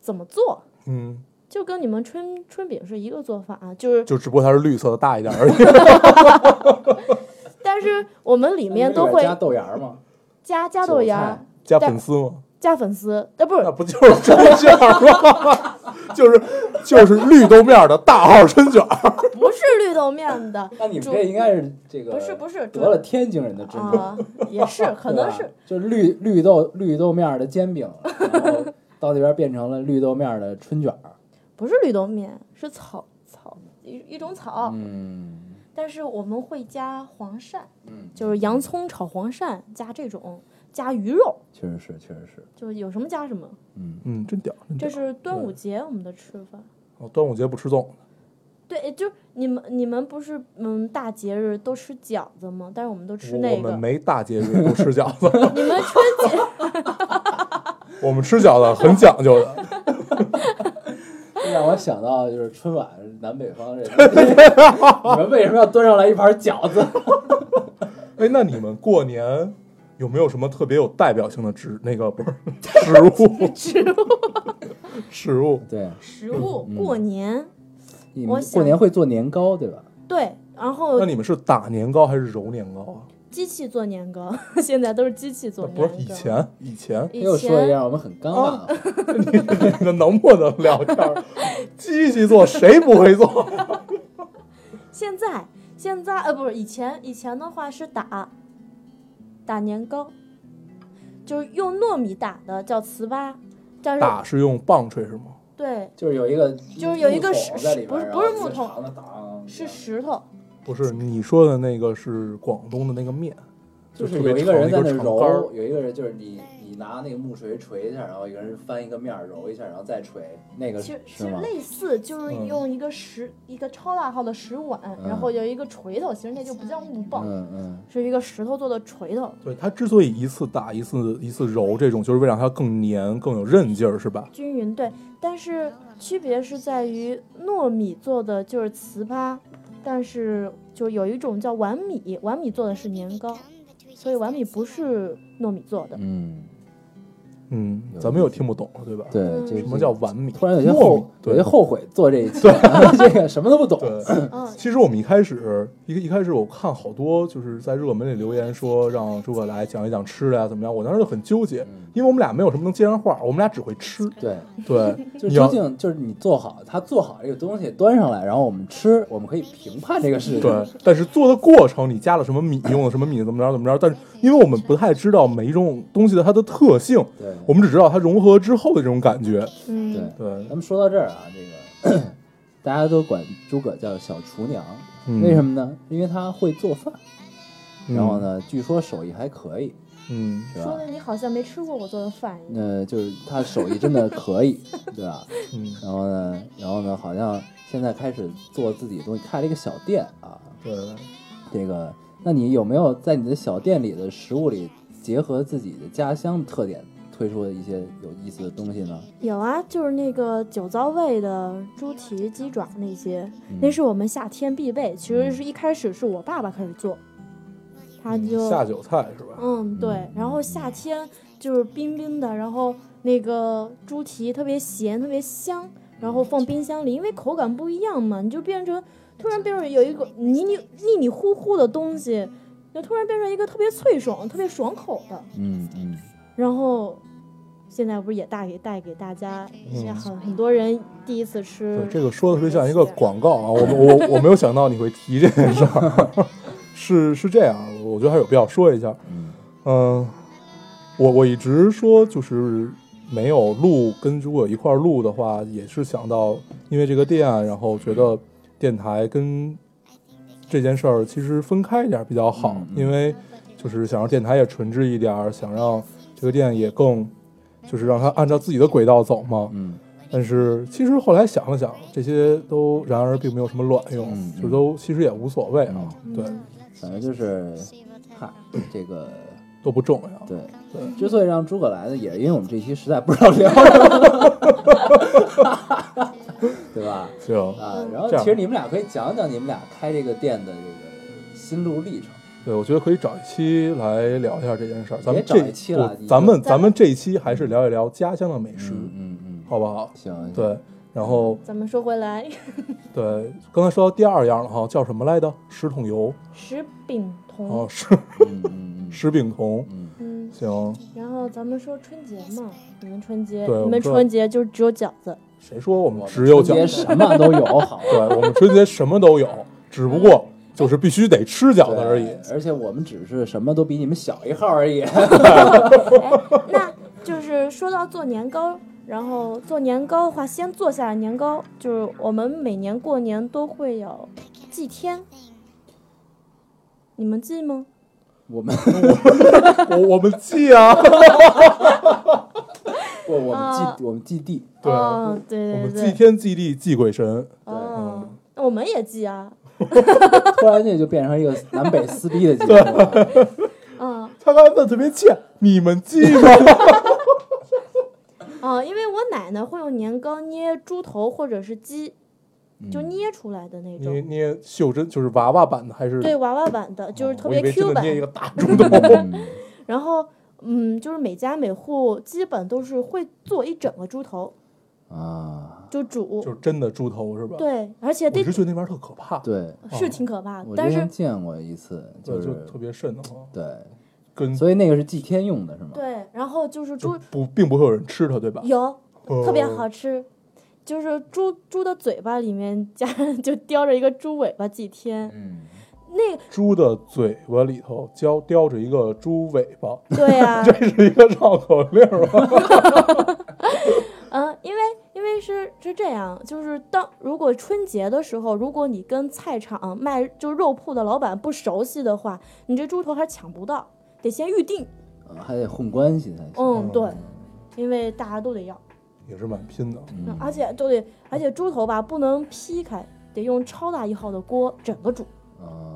[SPEAKER 4] 怎么做？
[SPEAKER 2] 嗯，
[SPEAKER 4] 就跟你们春春饼是一个做法，啊就是
[SPEAKER 2] 就只不过它是绿色的大一点而已。
[SPEAKER 4] 但是我们里面都
[SPEAKER 1] 那
[SPEAKER 4] 会
[SPEAKER 1] 里边加豆芽儿嘛，
[SPEAKER 4] 加加豆芽
[SPEAKER 1] 韭
[SPEAKER 4] 儿
[SPEAKER 1] 菜、啊
[SPEAKER 2] 加粉丝吗？
[SPEAKER 4] 加粉丝，呃，不 是
[SPEAKER 2] 那不就是真卷吗？ 就是就是绿豆面的大号春卷儿。
[SPEAKER 4] 不是绿豆面的
[SPEAKER 1] 那你们
[SPEAKER 4] 主
[SPEAKER 1] 这应该是这个
[SPEAKER 4] 不是不是主
[SPEAKER 1] 得了天津人的真传，
[SPEAKER 4] 啊，也是可
[SPEAKER 1] 对
[SPEAKER 4] 能
[SPEAKER 1] 吧
[SPEAKER 4] 是
[SPEAKER 1] 就是绿绿豆绿豆面儿的煎饼，然后到那边变成了绿豆面儿的春卷儿。
[SPEAKER 4] 不是绿豆面，是草草一一种草，
[SPEAKER 1] 嗯，
[SPEAKER 4] 但是我们会加黄鳝，
[SPEAKER 1] 嗯
[SPEAKER 4] 就是洋葱炒黄鳝加这种加鱼肉，
[SPEAKER 1] 确实是，确实是。
[SPEAKER 4] 就是有什么加什么。
[SPEAKER 2] 嗯，真屌，真
[SPEAKER 4] 这
[SPEAKER 2] 屌。
[SPEAKER 4] 是端午节我们的吃法。
[SPEAKER 2] 哦端午节不吃粽子，
[SPEAKER 4] 对，就你们你们不是嗯大节日都吃饺子吗？但是我们都吃
[SPEAKER 2] 我
[SPEAKER 4] 那
[SPEAKER 2] 我
[SPEAKER 4] 个
[SPEAKER 2] 们。没大节日不吃饺子，
[SPEAKER 4] 你们春节
[SPEAKER 2] 我们吃饺子很讲究的。
[SPEAKER 1] 这让我想到就是春晚南北方这，你 们为什么要端上来一盘饺子？
[SPEAKER 2] 哎，那你们过年有没有什么特别有代表性的植那个不是食物？
[SPEAKER 4] 植物
[SPEAKER 2] 食物
[SPEAKER 1] 对，
[SPEAKER 4] 食物
[SPEAKER 1] 嗯
[SPEAKER 4] 过年
[SPEAKER 1] 你
[SPEAKER 4] 我
[SPEAKER 1] 们
[SPEAKER 4] 想
[SPEAKER 1] 过年会做年糕对吧？
[SPEAKER 4] 对，然
[SPEAKER 2] 那
[SPEAKER 4] 后
[SPEAKER 2] 你们是打年糕还是揉年糕啊？
[SPEAKER 4] 机器做年糕， 现在都是机器做
[SPEAKER 2] 那
[SPEAKER 4] 年
[SPEAKER 2] 不是
[SPEAKER 4] 糕。
[SPEAKER 2] 以前以前，
[SPEAKER 4] 以
[SPEAKER 1] 又说一
[SPEAKER 4] 前
[SPEAKER 1] 样我们很尴尬啊，
[SPEAKER 2] 你们 能不能聊天儿？机器做谁不会做？
[SPEAKER 4] 现在现在呃不是以前以前的话是打打年糕，就是用糯米打的叫糍粑，但
[SPEAKER 2] 打
[SPEAKER 4] 是
[SPEAKER 2] 是用棒槌是吗？
[SPEAKER 4] 对
[SPEAKER 1] 就是有一个
[SPEAKER 4] 就是有一个
[SPEAKER 1] 木桶在里边
[SPEAKER 4] 不是不是木桶
[SPEAKER 1] 然后一个长的挡
[SPEAKER 4] 是石头，
[SPEAKER 2] 不是，你说的那个是广东的那个面，
[SPEAKER 1] 就是
[SPEAKER 2] 特别
[SPEAKER 1] 有一
[SPEAKER 2] 长
[SPEAKER 1] 人
[SPEAKER 2] 的
[SPEAKER 1] 在那
[SPEAKER 2] 一个长杆儿
[SPEAKER 1] 揉，有一个人就是你你拿那个木锤锤一下，然后一个人翻一个面儿揉一下，然后再锤，那个
[SPEAKER 4] 其实其
[SPEAKER 1] 是
[SPEAKER 4] 实
[SPEAKER 1] 吗？
[SPEAKER 4] 类似，就是
[SPEAKER 2] 嗯
[SPEAKER 4] 用一个石、一个超大号的石碗，
[SPEAKER 1] 嗯
[SPEAKER 4] 然后有一个锤头，其实那就不叫木棒，
[SPEAKER 1] 嗯嗯，
[SPEAKER 4] 是一个石头做的锤头。
[SPEAKER 2] 对，它之所以一次打一次一次揉这种，就是为了让它更粘、更有韧劲儿，是吧？
[SPEAKER 4] 均匀对，但是区别是在于糯米做的就是糍粑，但是就有一种叫碗米，碗米做的是年糕，所以碗米不是糯米做的。
[SPEAKER 1] 嗯，
[SPEAKER 2] 嗯
[SPEAKER 1] 有，
[SPEAKER 2] 咱们又听不懂了，对吧？
[SPEAKER 1] 对，
[SPEAKER 4] 嗯
[SPEAKER 1] 这
[SPEAKER 2] 什么叫碗米？
[SPEAKER 1] 突然有些
[SPEAKER 2] 糯米
[SPEAKER 1] 后有
[SPEAKER 2] 对
[SPEAKER 1] 些后悔做这一期了， 这个什么都不懂。
[SPEAKER 2] 对，
[SPEAKER 4] 嗯，
[SPEAKER 2] 其实我们一开始一个一开始我看好多就是在热门里留言说让诸葛来讲一讲吃的呀、怎么样，我当时就很纠结，
[SPEAKER 1] 嗯
[SPEAKER 2] 因为我们俩没有什么能接上话，我们俩只会吃。
[SPEAKER 1] 对，
[SPEAKER 4] 嗯
[SPEAKER 2] 对，
[SPEAKER 1] 就
[SPEAKER 2] 你
[SPEAKER 1] 究
[SPEAKER 2] 要
[SPEAKER 1] 竟就是你做好，他做好这个东西端上来，然后我们吃，我们可以评判这个事情。
[SPEAKER 2] 对，但是做的过程你加了什 么米，用了什么米，怎么着怎么着，但是因为我们不太知道每一种东西的它的特性，
[SPEAKER 1] 对
[SPEAKER 2] 我们只知道它融合之后的这种感觉。
[SPEAKER 1] 对
[SPEAKER 4] 嗯，
[SPEAKER 2] 对
[SPEAKER 1] 咱，们说到这儿啊，这个 大家都管诸葛叫小厨娘，
[SPEAKER 2] 嗯
[SPEAKER 1] 为什么呢？因为他会做饭，
[SPEAKER 2] 嗯
[SPEAKER 1] 然后呢，据说手艺还可以，
[SPEAKER 2] 嗯，
[SPEAKER 1] 是
[SPEAKER 4] 说
[SPEAKER 1] 吧
[SPEAKER 4] 的？你好像没吃过我做的饭一样。
[SPEAKER 1] 呃，就是他手艺真的可以，对吧？
[SPEAKER 2] 嗯，
[SPEAKER 1] 然后呢，然后呢，好像现在开始做自己的东西，开了一个小店啊。
[SPEAKER 2] 对，
[SPEAKER 1] 这个，那你有没有在你的小店里的食物里结合自己的家乡特点推出的一些有意思的东西呢？
[SPEAKER 4] 有啊，就是那个酒糟味的猪蹄、鸡爪那些，
[SPEAKER 1] 嗯
[SPEAKER 4] 那是我们夏天必备。其实是一开始是我爸爸开始做，
[SPEAKER 1] 嗯
[SPEAKER 4] 他就
[SPEAKER 2] 嗯下酒菜是吧？
[SPEAKER 4] 嗯对，然后夏天就是冰冰的，然后那个猪蹄特别咸，特别香，然后放冰箱里，因为口感不一样嘛，你就变成突然变成有一个泥泥腻腻糊糊的东西，就突然变成一个特别脆爽、特别爽口的。
[SPEAKER 1] 嗯嗯，
[SPEAKER 4] 然后现在不是也带给带给大家，
[SPEAKER 2] 嗯
[SPEAKER 4] 也很很多人第一次吃
[SPEAKER 2] 对，，这个说的特别像一个广告啊！我我我没有想到你会提这件事儿， 是是这样，我觉得还是有必要说一下。
[SPEAKER 1] 嗯
[SPEAKER 2] 嗯，我我一直说就是没有录跟如果一块儿录的话，也是想到因为这个店，啊然后觉得电台跟这件事儿其实分开一点比较好，
[SPEAKER 1] 嗯嗯
[SPEAKER 2] 因为就是想让电台也纯质一点儿，想让这个店也更就是让它按照自己的轨道走嘛。
[SPEAKER 1] 嗯
[SPEAKER 2] 但是其实后来想了想，这些都然而并没有什么卵用，
[SPEAKER 1] 嗯嗯
[SPEAKER 2] 就都其实也无所谓啊，对，
[SPEAKER 1] 反正就是，嗨，这个
[SPEAKER 2] 都不重要。
[SPEAKER 1] 对。
[SPEAKER 2] 对
[SPEAKER 1] 之所以让诸葛来呢，也是因为我们这期实在不知道聊什么， 对吧？
[SPEAKER 2] 行，
[SPEAKER 4] 嗯
[SPEAKER 1] 啊，然后
[SPEAKER 2] 这样
[SPEAKER 1] 其实你们俩可以讲讲你们俩开这个店的这个心路历程。
[SPEAKER 2] 对，我觉得可以找一期来聊一下这件事儿。咱
[SPEAKER 1] 别
[SPEAKER 2] 们这
[SPEAKER 1] 找一期了
[SPEAKER 2] 不
[SPEAKER 1] 你
[SPEAKER 2] 咱们
[SPEAKER 4] 咱
[SPEAKER 2] 咱们这一期还是聊一聊家乡的美食，
[SPEAKER 1] 嗯嗯嗯，
[SPEAKER 2] 好不好？
[SPEAKER 1] 行，
[SPEAKER 2] 对，然后
[SPEAKER 4] 咱们说回来，
[SPEAKER 2] 对，刚才说到第二样了哈，叫什么来着？石桶油
[SPEAKER 4] 石饼
[SPEAKER 2] 啊，
[SPEAKER 4] 童，
[SPEAKER 2] 石
[SPEAKER 1] 嗯嗯
[SPEAKER 2] 石饼童。
[SPEAKER 1] 嗯
[SPEAKER 4] 嗯，
[SPEAKER 2] 行，
[SPEAKER 4] 然后咱们说春节嘛，你们春节，
[SPEAKER 2] 对
[SPEAKER 4] 你
[SPEAKER 2] 我
[SPEAKER 4] 们
[SPEAKER 2] 们
[SPEAKER 4] 春节就只有饺子，
[SPEAKER 2] 谁说我
[SPEAKER 1] 嗯，
[SPEAKER 2] 们只有
[SPEAKER 1] 春
[SPEAKER 2] 饺
[SPEAKER 1] 节
[SPEAKER 2] 子？
[SPEAKER 1] 什么都有， 好吧，
[SPEAKER 2] 对，我们春节什么都有，只不过
[SPEAKER 1] 嗯
[SPEAKER 2] 就是必须得吃饺子而已。
[SPEAKER 1] 对而且我们只是什么都比你们小一号而已。
[SPEAKER 4] 那就是说到做年糕，然后做年糕的话，先做下年糕，就是我们每年过年都会有祭天，你们祭吗？
[SPEAKER 1] 我 们
[SPEAKER 2] 我我们记啊，
[SPEAKER 1] 我我们
[SPEAKER 4] 啊
[SPEAKER 1] 祭我们祭地，
[SPEAKER 2] 对，啊
[SPEAKER 4] 哦对
[SPEAKER 2] 我
[SPEAKER 4] 对
[SPEAKER 2] 们
[SPEAKER 4] 对，
[SPEAKER 2] 祭天啊祭地祭鬼神，
[SPEAKER 4] 哦，那我们也祭啊，
[SPEAKER 1] 突然间就变成一个南北撕逼的节目了。
[SPEAKER 4] 嗯
[SPEAKER 2] 他刚才问特别欠，你们记啊吗？
[SPEAKER 4] 嗯，因为我奶奶会用年糕捏猪头或者是鸡，
[SPEAKER 2] 嗯
[SPEAKER 4] 就捏出来的那
[SPEAKER 2] 捏
[SPEAKER 4] 种，
[SPEAKER 2] 捏袖珍就是娃娃版的还是？
[SPEAKER 4] 对娃娃版的，就是
[SPEAKER 2] 哦
[SPEAKER 4] 特
[SPEAKER 2] 我
[SPEAKER 4] 别
[SPEAKER 2] 以为真
[SPEAKER 4] Q
[SPEAKER 2] 的
[SPEAKER 4] 版。
[SPEAKER 2] 捏一个 大猪头。
[SPEAKER 4] 然后，嗯，就是每家每户基本都是会做一整个猪头，
[SPEAKER 1] 啊，
[SPEAKER 4] 就煮。
[SPEAKER 2] 就是真的猪头是吧？，
[SPEAKER 4] 对，而且
[SPEAKER 2] 我
[SPEAKER 4] 得
[SPEAKER 2] 一直觉得那玩意儿特可怕，
[SPEAKER 1] 对，
[SPEAKER 4] 是挺可怕的，
[SPEAKER 1] 哦我之
[SPEAKER 4] 嗯但是
[SPEAKER 1] 前见过一次，
[SPEAKER 2] 对，
[SPEAKER 1] 是
[SPEAKER 2] 呃就特别瘆得慌。
[SPEAKER 1] 对，
[SPEAKER 2] 跟
[SPEAKER 1] 所以那个是祭天用的是吗？
[SPEAKER 4] 对，然后就是
[SPEAKER 2] 就
[SPEAKER 4] 猪
[SPEAKER 2] 不并不会有人吃它，对吧？
[SPEAKER 4] 有特别
[SPEAKER 2] 哦
[SPEAKER 4] 好吃，就是猪猪的嘴巴里面 加就叼着一个猪尾巴祭天，
[SPEAKER 1] 嗯，
[SPEAKER 4] 那个
[SPEAKER 2] 猪的嘴巴里头叼叼着一个猪尾巴，
[SPEAKER 4] 对 呀、
[SPEAKER 2] 这是一个绕口令儿 吧？
[SPEAKER 4] 嗯，因为因为是是这样，就是当如果春节的时候，如果你跟菜场卖就肉铺的老板不熟悉的话，你这猪头还抢不到，得先预定。
[SPEAKER 1] 啊还得混关系才行。
[SPEAKER 4] 嗯，对，因为大家都得要，
[SPEAKER 2] 也是蛮拼的。
[SPEAKER 1] 嗯
[SPEAKER 4] 而且都得，而且猪头吧不能劈开，得用超大一号的锅整个煮。
[SPEAKER 1] 啊，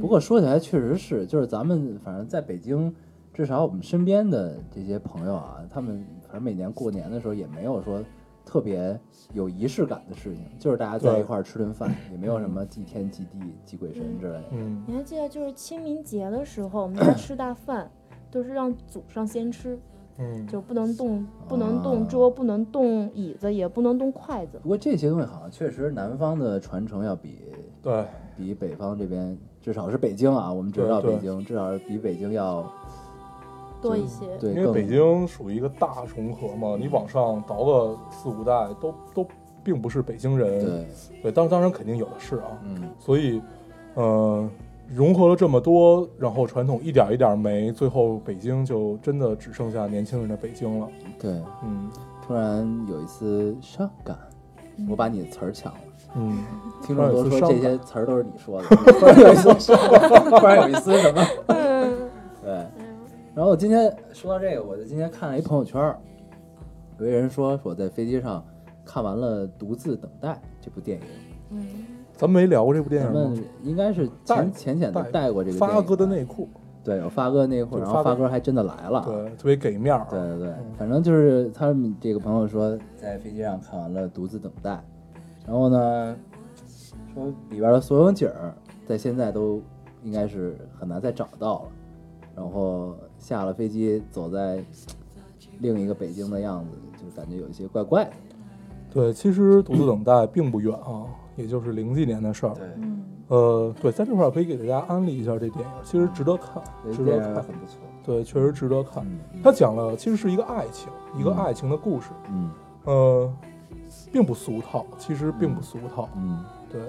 [SPEAKER 1] 不过说起来确实是，就是咱们反正在北京，至少我们身边的这些朋友啊，他们反正每年过年的时候也没有说特别有仪式感的事情，就是大家在
[SPEAKER 2] 对
[SPEAKER 1] 一块儿吃顿饭，也没有什么祭天、祭地、祭鬼神之类的。
[SPEAKER 2] 嗯，
[SPEAKER 4] 你还记得就是清明节的时候，我们家吃大饭，都是让祖上先吃，
[SPEAKER 2] 嗯，
[SPEAKER 4] 就不能动，不能
[SPEAKER 1] 啊
[SPEAKER 4] 动桌，不能动椅子，也不能动筷子。
[SPEAKER 1] 不过这些东西好像确实南方的传承要比
[SPEAKER 2] 对，
[SPEAKER 1] 比北方这边，至少是北京啊，我们只知道
[SPEAKER 2] 对
[SPEAKER 1] 北
[SPEAKER 2] 对
[SPEAKER 1] 京，至少是比北京要
[SPEAKER 4] 多一些，
[SPEAKER 1] 对
[SPEAKER 2] 因为
[SPEAKER 1] 更
[SPEAKER 2] 北京属于一个大重合嘛，你往上倒个四五代都都并不是北京人，
[SPEAKER 1] 对，
[SPEAKER 2] 对，当当然肯定有的是啊，
[SPEAKER 1] 嗯
[SPEAKER 2] 所以，呃，融合了这么多，然后传统一点一点没，最后北京就真的只剩下年轻人的北京了。
[SPEAKER 1] 对。
[SPEAKER 2] 嗯
[SPEAKER 1] 突然有一丝伤感，我把你的词儿抢了。
[SPEAKER 2] 嗯，
[SPEAKER 1] 听众都说
[SPEAKER 2] 突然有
[SPEAKER 1] 这
[SPEAKER 2] 一丝伤感
[SPEAKER 1] 些词儿都是你说的，突然有一丝伤感，突然有一丝什么？对。然后我今天说到这个，我就今天看了一朋友圈儿，有一人说我在飞机上看完了《独自等待》这部电影，
[SPEAKER 2] 咱们没聊过这部电
[SPEAKER 1] 咱
[SPEAKER 2] 影吗？
[SPEAKER 1] 们应该是
[SPEAKER 2] 带
[SPEAKER 1] 浅浅浅的
[SPEAKER 2] 带
[SPEAKER 1] 带过这个电影啊
[SPEAKER 2] 发
[SPEAKER 1] 吧。
[SPEAKER 2] 哥的内裤，
[SPEAKER 1] 对，有发哥那会儿，
[SPEAKER 2] 对
[SPEAKER 1] 然后
[SPEAKER 2] 发哥
[SPEAKER 1] 发哥还真的来了。
[SPEAKER 2] 对，特别给面儿。
[SPEAKER 1] 啊
[SPEAKER 2] 啊
[SPEAKER 1] 对对对，反正就是他们这个朋友说在飞机上看完了《独自等待》，然后呢，说里边的所有景儿在现在都应该是很难再找到了。然后下了飞机，走在另一个北京的样子，就感觉有一些怪怪的。
[SPEAKER 2] 对，其实《独自等待》并不远啊，也就是零几年的事儿。呃，对，在这块儿可以给大家安利一下这电影，其实值得看，值
[SPEAKER 1] 对，电
[SPEAKER 2] 得
[SPEAKER 1] 影啊
[SPEAKER 2] 看，
[SPEAKER 1] 很不错。
[SPEAKER 2] 对，确实值得看。
[SPEAKER 1] 嗯
[SPEAKER 2] 它讲了其实是一个爱情，一个爱情的故事，
[SPEAKER 1] 嗯
[SPEAKER 2] 呃，并不俗套，其实并不俗套，
[SPEAKER 1] 嗯，
[SPEAKER 2] 对，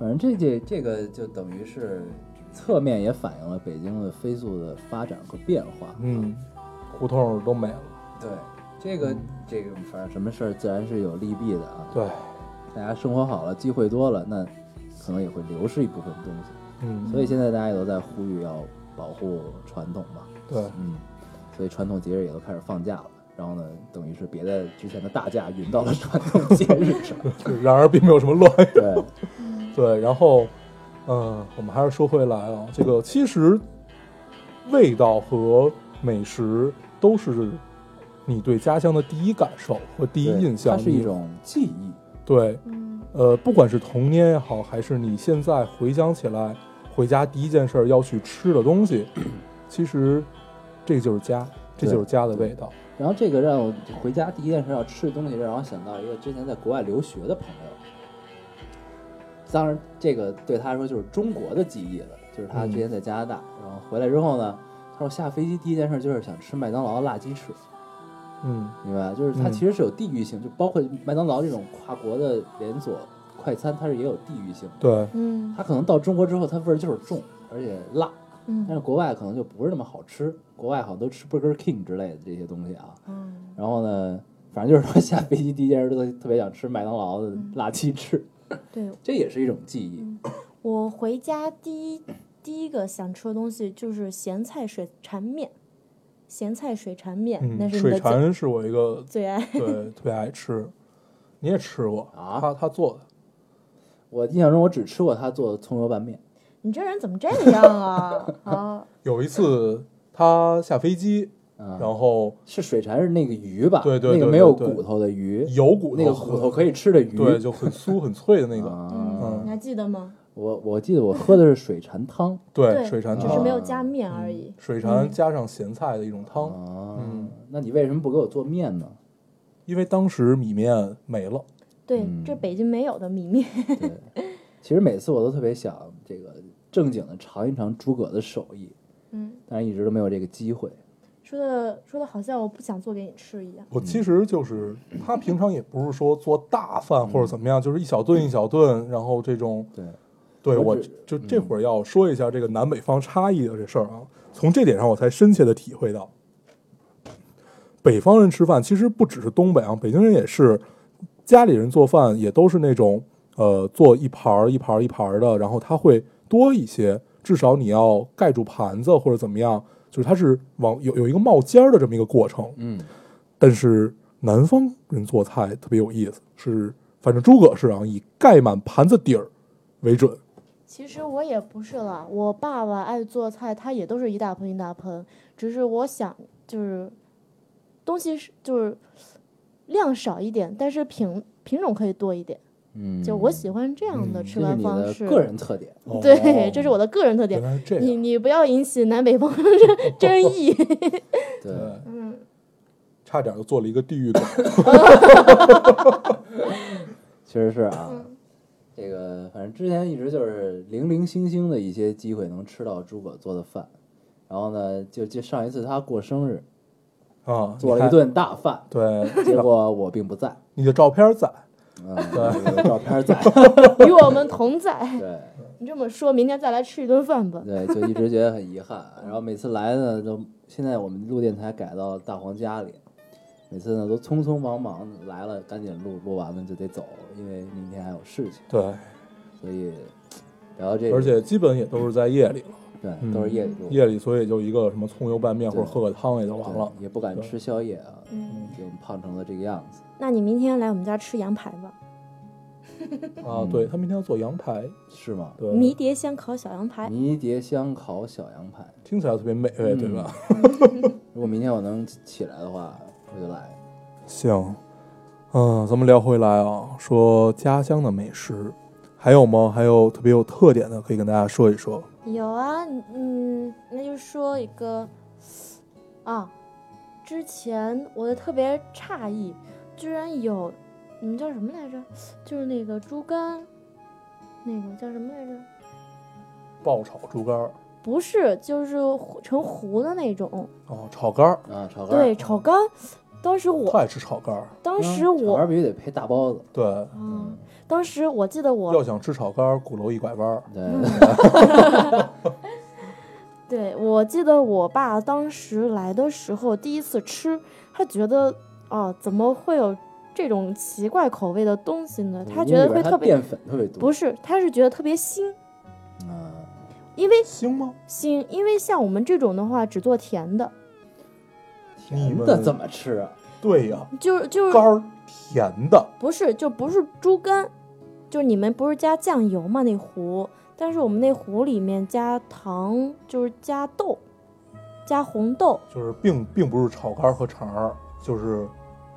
[SPEAKER 1] 反正这这这个就等于是侧面也反映了北京的飞速的发展和变化。
[SPEAKER 2] 嗯，胡同都没了，
[SPEAKER 1] 对，这个
[SPEAKER 2] 嗯
[SPEAKER 1] 这个反正什么事儿自然是有利弊的啊。
[SPEAKER 2] 对，
[SPEAKER 1] 大家生活好了，机会多了，那可能也会流失一部分东西。
[SPEAKER 2] 嗯，
[SPEAKER 1] 所以现在大家也都在呼吁要保护传统嘛，
[SPEAKER 2] 对，
[SPEAKER 1] 嗯，所以传统节日也都开始放假了。然后呢，等于是别的之前的大假运到了传统节日 上。
[SPEAKER 2] 就是然而并没有什么乱，
[SPEAKER 1] 对，
[SPEAKER 2] 对，然后，呃，我们还是说回来啊，这个其实味道和美食都是你对家乡的第一感受和第一
[SPEAKER 1] 对
[SPEAKER 2] 印象，
[SPEAKER 1] 它是
[SPEAKER 2] 你
[SPEAKER 1] 一种记忆。
[SPEAKER 2] 对，
[SPEAKER 4] 嗯
[SPEAKER 2] 呃，不管是童年也好，还是你现在回想起来，回家第一件事儿要去吃的 东西，其实这就是家，这就是家的味道。
[SPEAKER 1] 然后这个让我回家第一件事要吃的东西，让我想到一个之前在国外留学的朋友。当然，这个对他来说就是中国的记忆了，就是他之前在加拿大，然后回来之后呢，他说下飞机第一件事就是想吃麦当劳的辣鸡翅，
[SPEAKER 2] 嗯
[SPEAKER 1] 明白吧？就是它
[SPEAKER 2] 嗯
[SPEAKER 1] 其实是有地域性，就包括麦当劳这种跨国的连锁快餐，它是也有地域性的。
[SPEAKER 2] 对，
[SPEAKER 4] 嗯
[SPEAKER 1] 它可能到中国之后，它味儿就是重，而且辣，但
[SPEAKER 4] 嗯
[SPEAKER 1] 是国外可能就不是那么好吃。国外好像都吃 Burger King 之类的这些东西啊。
[SPEAKER 4] 嗯，
[SPEAKER 1] 然后呢，反正就是说下飞机第一件事都特别想吃麦当劳的
[SPEAKER 4] 嗯
[SPEAKER 1] 辣鸡翅，
[SPEAKER 4] 对
[SPEAKER 1] 这也是一种记忆。
[SPEAKER 4] 嗯我回家第一第一个想吃的东西就是咸菜水缠绵，咸菜水缠绵、那
[SPEAKER 2] 嗯，
[SPEAKER 4] 是你
[SPEAKER 2] 水
[SPEAKER 4] 的最
[SPEAKER 2] 蝉是我一个
[SPEAKER 4] 最爱。
[SPEAKER 2] 对特别爱吃，你也吃过
[SPEAKER 1] 啊
[SPEAKER 2] 他他做的，
[SPEAKER 1] 我印象中我只吃过他做的葱油拌面，
[SPEAKER 4] 你这人怎么这样啊？ 啊，
[SPEAKER 2] 有一次他下飞机，
[SPEAKER 1] 啊、
[SPEAKER 2] 然后
[SPEAKER 1] 是水蝉是那个鱼吧？
[SPEAKER 2] 对对
[SPEAKER 1] 那
[SPEAKER 2] 对
[SPEAKER 1] 个没有
[SPEAKER 2] 对对
[SPEAKER 1] 骨头的鱼，
[SPEAKER 2] 有骨头，
[SPEAKER 1] 那个骨头可以吃的鱼。
[SPEAKER 2] 对，就很酥很脆的那个，
[SPEAKER 1] 啊，
[SPEAKER 2] 嗯
[SPEAKER 4] 你还记得吗？
[SPEAKER 1] 我我记得我喝的是水蝉汤。
[SPEAKER 2] 对，
[SPEAKER 4] 对
[SPEAKER 2] 呃水蝉
[SPEAKER 4] 只
[SPEAKER 2] 汤
[SPEAKER 4] 是没
[SPEAKER 1] 啊
[SPEAKER 4] 有加面而
[SPEAKER 2] 嗯
[SPEAKER 4] 已。
[SPEAKER 2] 水蝉加上咸菜的一种汤，
[SPEAKER 1] 啊，
[SPEAKER 2] 嗯
[SPEAKER 1] 那你为什么不给我做面呢？
[SPEAKER 2] 因为当时米面没了，
[SPEAKER 4] 对，
[SPEAKER 1] 嗯
[SPEAKER 4] 这北京没有的米面。
[SPEAKER 1] 对，其实每次我都特别想这个正经的尝一尝诸葛的手艺，
[SPEAKER 4] 嗯，
[SPEAKER 1] 但是一直都没有这个机会。
[SPEAKER 4] 说的说的好像我不想做给你吃一样。
[SPEAKER 2] 我
[SPEAKER 1] 嗯
[SPEAKER 2] 其实就是他平常也不是说做大饭
[SPEAKER 1] 嗯
[SPEAKER 2] 或者怎么样，就是一小顿一小顿，然后这种
[SPEAKER 1] 对，
[SPEAKER 2] 对
[SPEAKER 1] 我
[SPEAKER 2] 我
[SPEAKER 1] 只嗯
[SPEAKER 2] 就这会儿要说一下这个南北方差异的这事儿啊，从这点上我才深切的体会到，北方人吃饭其实不只是东北啊，北京人也是，家里人做饭也都是那种呃做一盘儿一盘儿一盘儿的，然后它会多一些，至少你要盖住盘子或者怎么样，就是它是往有有一个冒尖儿的这么一个过程，
[SPEAKER 1] 嗯，
[SPEAKER 2] 但是南方人做菜特别有意思，是反正诸葛是啊，以盖满盘子底儿为准。
[SPEAKER 4] 其实我也不是啦，我爸爸爱做菜，他也都是一大盆一大盆，只是我想就是东西是就是量少一点，但是品品种可以多一点。
[SPEAKER 1] 嗯，
[SPEAKER 4] 就我喜欢这样的
[SPEAKER 1] 这
[SPEAKER 4] 吃
[SPEAKER 1] 是
[SPEAKER 4] 饭
[SPEAKER 1] 你
[SPEAKER 4] 方
[SPEAKER 1] 的
[SPEAKER 4] 式。
[SPEAKER 1] 个人特点。
[SPEAKER 4] 对，这是我的个人特点
[SPEAKER 2] 哦原。来是这
[SPEAKER 4] 你
[SPEAKER 2] 样，
[SPEAKER 4] 你不要引起南北方 争议。
[SPEAKER 1] 对，
[SPEAKER 2] 对，
[SPEAKER 4] 嗯，
[SPEAKER 2] 差点就做了一个地狱梗。
[SPEAKER 1] 确实是啊。
[SPEAKER 4] 嗯
[SPEAKER 1] 这个反正之前一直就是零零星星的一些机会能吃到诸葛做的饭，然后呢，就就上一次他过生日
[SPEAKER 2] 啊，
[SPEAKER 1] 做了
[SPEAKER 2] 你看
[SPEAKER 1] 一。顿大饭，
[SPEAKER 2] 对，
[SPEAKER 1] 结果我并不在，
[SPEAKER 2] 你的照片在，
[SPEAKER 1] 嗯，有照片在，
[SPEAKER 4] 与我们同在。
[SPEAKER 1] 对。
[SPEAKER 4] 你这么说，明天再来吃一顿饭吧。
[SPEAKER 1] 对，就一直觉得很遗憾。然后每次来呢，都现在我们录电台改到大黄家里，每次呢都匆匆忙忙地来了，赶紧录，录完了就得走，因为明天还有事情。
[SPEAKER 2] 对，
[SPEAKER 1] 所以聊这个，
[SPEAKER 2] 而且基本也都是在夜里了，
[SPEAKER 1] 对、
[SPEAKER 2] 嗯
[SPEAKER 1] 都是夜里录，
[SPEAKER 2] 夜里所以就一个什么葱油拌面或
[SPEAKER 1] 对
[SPEAKER 2] 者喝个汤也就
[SPEAKER 1] 对
[SPEAKER 2] 完了。
[SPEAKER 1] 也不敢吃宵夜啊，
[SPEAKER 4] 嗯
[SPEAKER 1] 就胖成了这个样子。
[SPEAKER 4] 那你明天来我们家吃羊排吧，
[SPEAKER 2] 啊，
[SPEAKER 1] 嗯
[SPEAKER 2] 对他明天要做羊排，
[SPEAKER 1] 是吗？
[SPEAKER 2] 对，
[SPEAKER 4] 迷迭香烤小羊排。
[SPEAKER 1] 迷迭香烤小羊排，
[SPEAKER 2] 听起来特别美味，
[SPEAKER 1] 嗯
[SPEAKER 2] 对吧？
[SPEAKER 1] 如果明天我能起来的话，我就来。
[SPEAKER 2] 行，嗯，咱们聊回来啊，说家乡的美食，还有吗？还有特别有特点的，可以跟大家说一说。
[SPEAKER 4] 有啊，嗯，那就说一个啊，之前我特别诧异，居然有你们叫什么来着？就是那个猪肝，那个叫什么来着？
[SPEAKER 2] 爆炒猪肝儿
[SPEAKER 4] 不是，就是糊成糊的那种。
[SPEAKER 2] 啊，炒肝儿，
[SPEAKER 1] 啊，炒肝儿
[SPEAKER 4] 对，，炒肝。当时
[SPEAKER 2] 特
[SPEAKER 4] 我，
[SPEAKER 2] 爱吃炒肝儿。
[SPEAKER 4] 当
[SPEAKER 1] 嗯
[SPEAKER 4] 时
[SPEAKER 1] 炒肝
[SPEAKER 4] 我，
[SPEAKER 1] 儿必须得配大包子。
[SPEAKER 2] 对，
[SPEAKER 4] 嗯，当时我记得我
[SPEAKER 2] 要想吃炒肝儿，鼓楼一拐弯儿。
[SPEAKER 1] 对，
[SPEAKER 4] 嗯对，我记得我爸当时来的时候，第一次吃，他觉得啊，怎么会有这种奇怪口味的东西呢？他觉得会特别
[SPEAKER 1] 淀粉特别多。
[SPEAKER 4] 不是，他是觉得特别腥，
[SPEAKER 1] 啊，
[SPEAKER 4] 因为
[SPEAKER 2] 行吗？
[SPEAKER 4] 腥，因为像我们这种的话，只做甜的，
[SPEAKER 2] 你
[SPEAKER 1] 甜
[SPEAKER 2] 们
[SPEAKER 1] 的怎么吃啊？
[SPEAKER 2] 对呀、
[SPEAKER 4] 就是就是
[SPEAKER 2] 肝儿甜的，
[SPEAKER 4] 不是就不是猪肝，就是你们不是加酱油吗？那糊，但是我们那糊里面加糖，就是加豆，加红豆，
[SPEAKER 2] 就是并并不是炒肝儿和肠儿，就是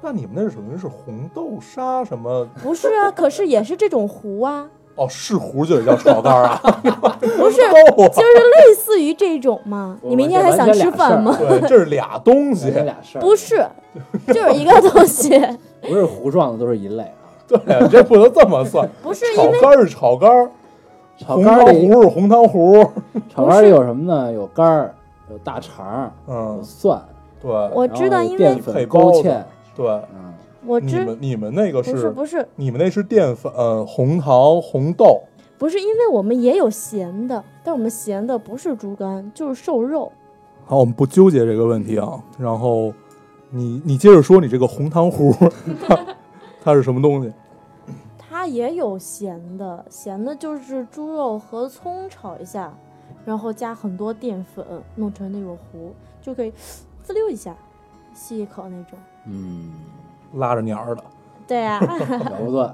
[SPEAKER 2] 那你们那属于是红豆沙什么
[SPEAKER 4] 不是啊，可是也是这种糊啊。
[SPEAKER 2] 哦，是糊就也叫炒肝啊？
[SPEAKER 4] 不是，
[SPEAKER 2] 逗啊！
[SPEAKER 4] 就是类似于这种嘛。你明天还想吃饭吗？
[SPEAKER 2] 对，这是俩东西
[SPEAKER 1] 完。全俩事儿，
[SPEAKER 4] 不是，就是一个东西，
[SPEAKER 1] 不是糊状的，都是一类啊。
[SPEAKER 2] 对，这不能这么算。
[SPEAKER 4] 不是
[SPEAKER 2] 炒
[SPEAKER 4] 因为
[SPEAKER 2] 肝是炒肝儿，
[SPEAKER 1] 炒
[SPEAKER 2] 红
[SPEAKER 1] 肝
[SPEAKER 2] 糖
[SPEAKER 1] 儿里，
[SPEAKER 2] 糊是红糖糊。
[SPEAKER 1] 炒肝儿里有什么呢？有肝儿，有大肠儿，有
[SPEAKER 2] 嗯，
[SPEAKER 1] 蒜，
[SPEAKER 2] 对
[SPEAKER 4] 我
[SPEAKER 1] 然
[SPEAKER 4] 知道，
[SPEAKER 1] 后
[SPEAKER 4] 因为
[SPEAKER 1] 淀
[SPEAKER 2] 配
[SPEAKER 1] 粉、
[SPEAKER 2] 包
[SPEAKER 1] 勾
[SPEAKER 2] 子
[SPEAKER 1] 芡，
[SPEAKER 2] 对，
[SPEAKER 1] 嗯，
[SPEAKER 4] 我
[SPEAKER 2] 你
[SPEAKER 4] 知
[SPEAKER 2] 们你们那个
[SPEAKER 4] 不是不是
[SPEAKER 2] 你们那是淀粉、呃红糖、红豆。
[SPEAKER 4] 不是，因为我们也有咸的，但我们咸的不是猪肝，就是瘦肉。
[SPEAKER 2] 好，我们不纠结这个问题啊。然后你你接着说，你这个红糖糊 它它是什么东西？
[SPEAKER 4] 它也有咸的，咸的就是猪肉和葱炒一下，然后加很多淀粉，弄成那种糊，就可以滋溜一下，吸一口那种。
[SPEAKER 1] 嗯，
[SPEAKER 2] 拉着鸟儿的。
[SPEAKER 4] 对啊呀、
[SPEAKER 1] 小不断，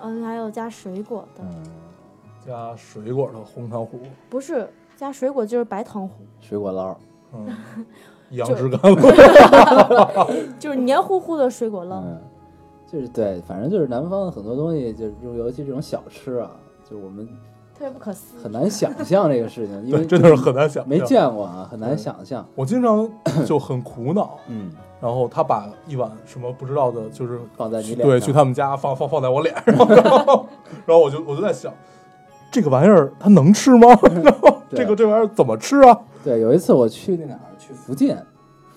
[SPEAKER 4] 嗯，还有加水果的，
[SPEAKER 1] 嗯，
[SPEAKER 2] 加水果的红糖糊，
[SPEAKER 4] 不是加水果就是白糖糊，
[SPEAKER 1] 水果 捞，
[SPEAKER 2] 嗯，杨枝甘露，
[SPEAKER 4] 就是黏糊糊的水果了。
[SPEAKER 1] 嗯，就是对，反正就是南方的很多东西，就是尤其这种小吃啊，就我们
[SPEAKER 4] 特别不可思议。
[SPEAKER 1] 很难想象这个事情，因为
[SPEAKER 2] 对， 真的是很难想象。
[SPEAKER 1] 没见过啊，很难
[SPEAKER 2] 对
[SPEAKER 1] 想象。
[SPEAKER 2] 我经常就很苦恼，
[SPEAKER 1] 嗯，
[SPEAKER 2] 然后他把一碗什么不知道的，就是
[SPEAKER 1] 放在你脸上，
[SPEAKER 2] 对，去他们家放放放在我脸上， 然后然后我就我就在想，这个玩意儿它能吃吗？ 然后
[SPEAKER 1] 对
[SPEAKER 2] 这个这玩意儿怎么吃啊？
[SPEAKER 1] 对，有一次我去那哪儿，去福建，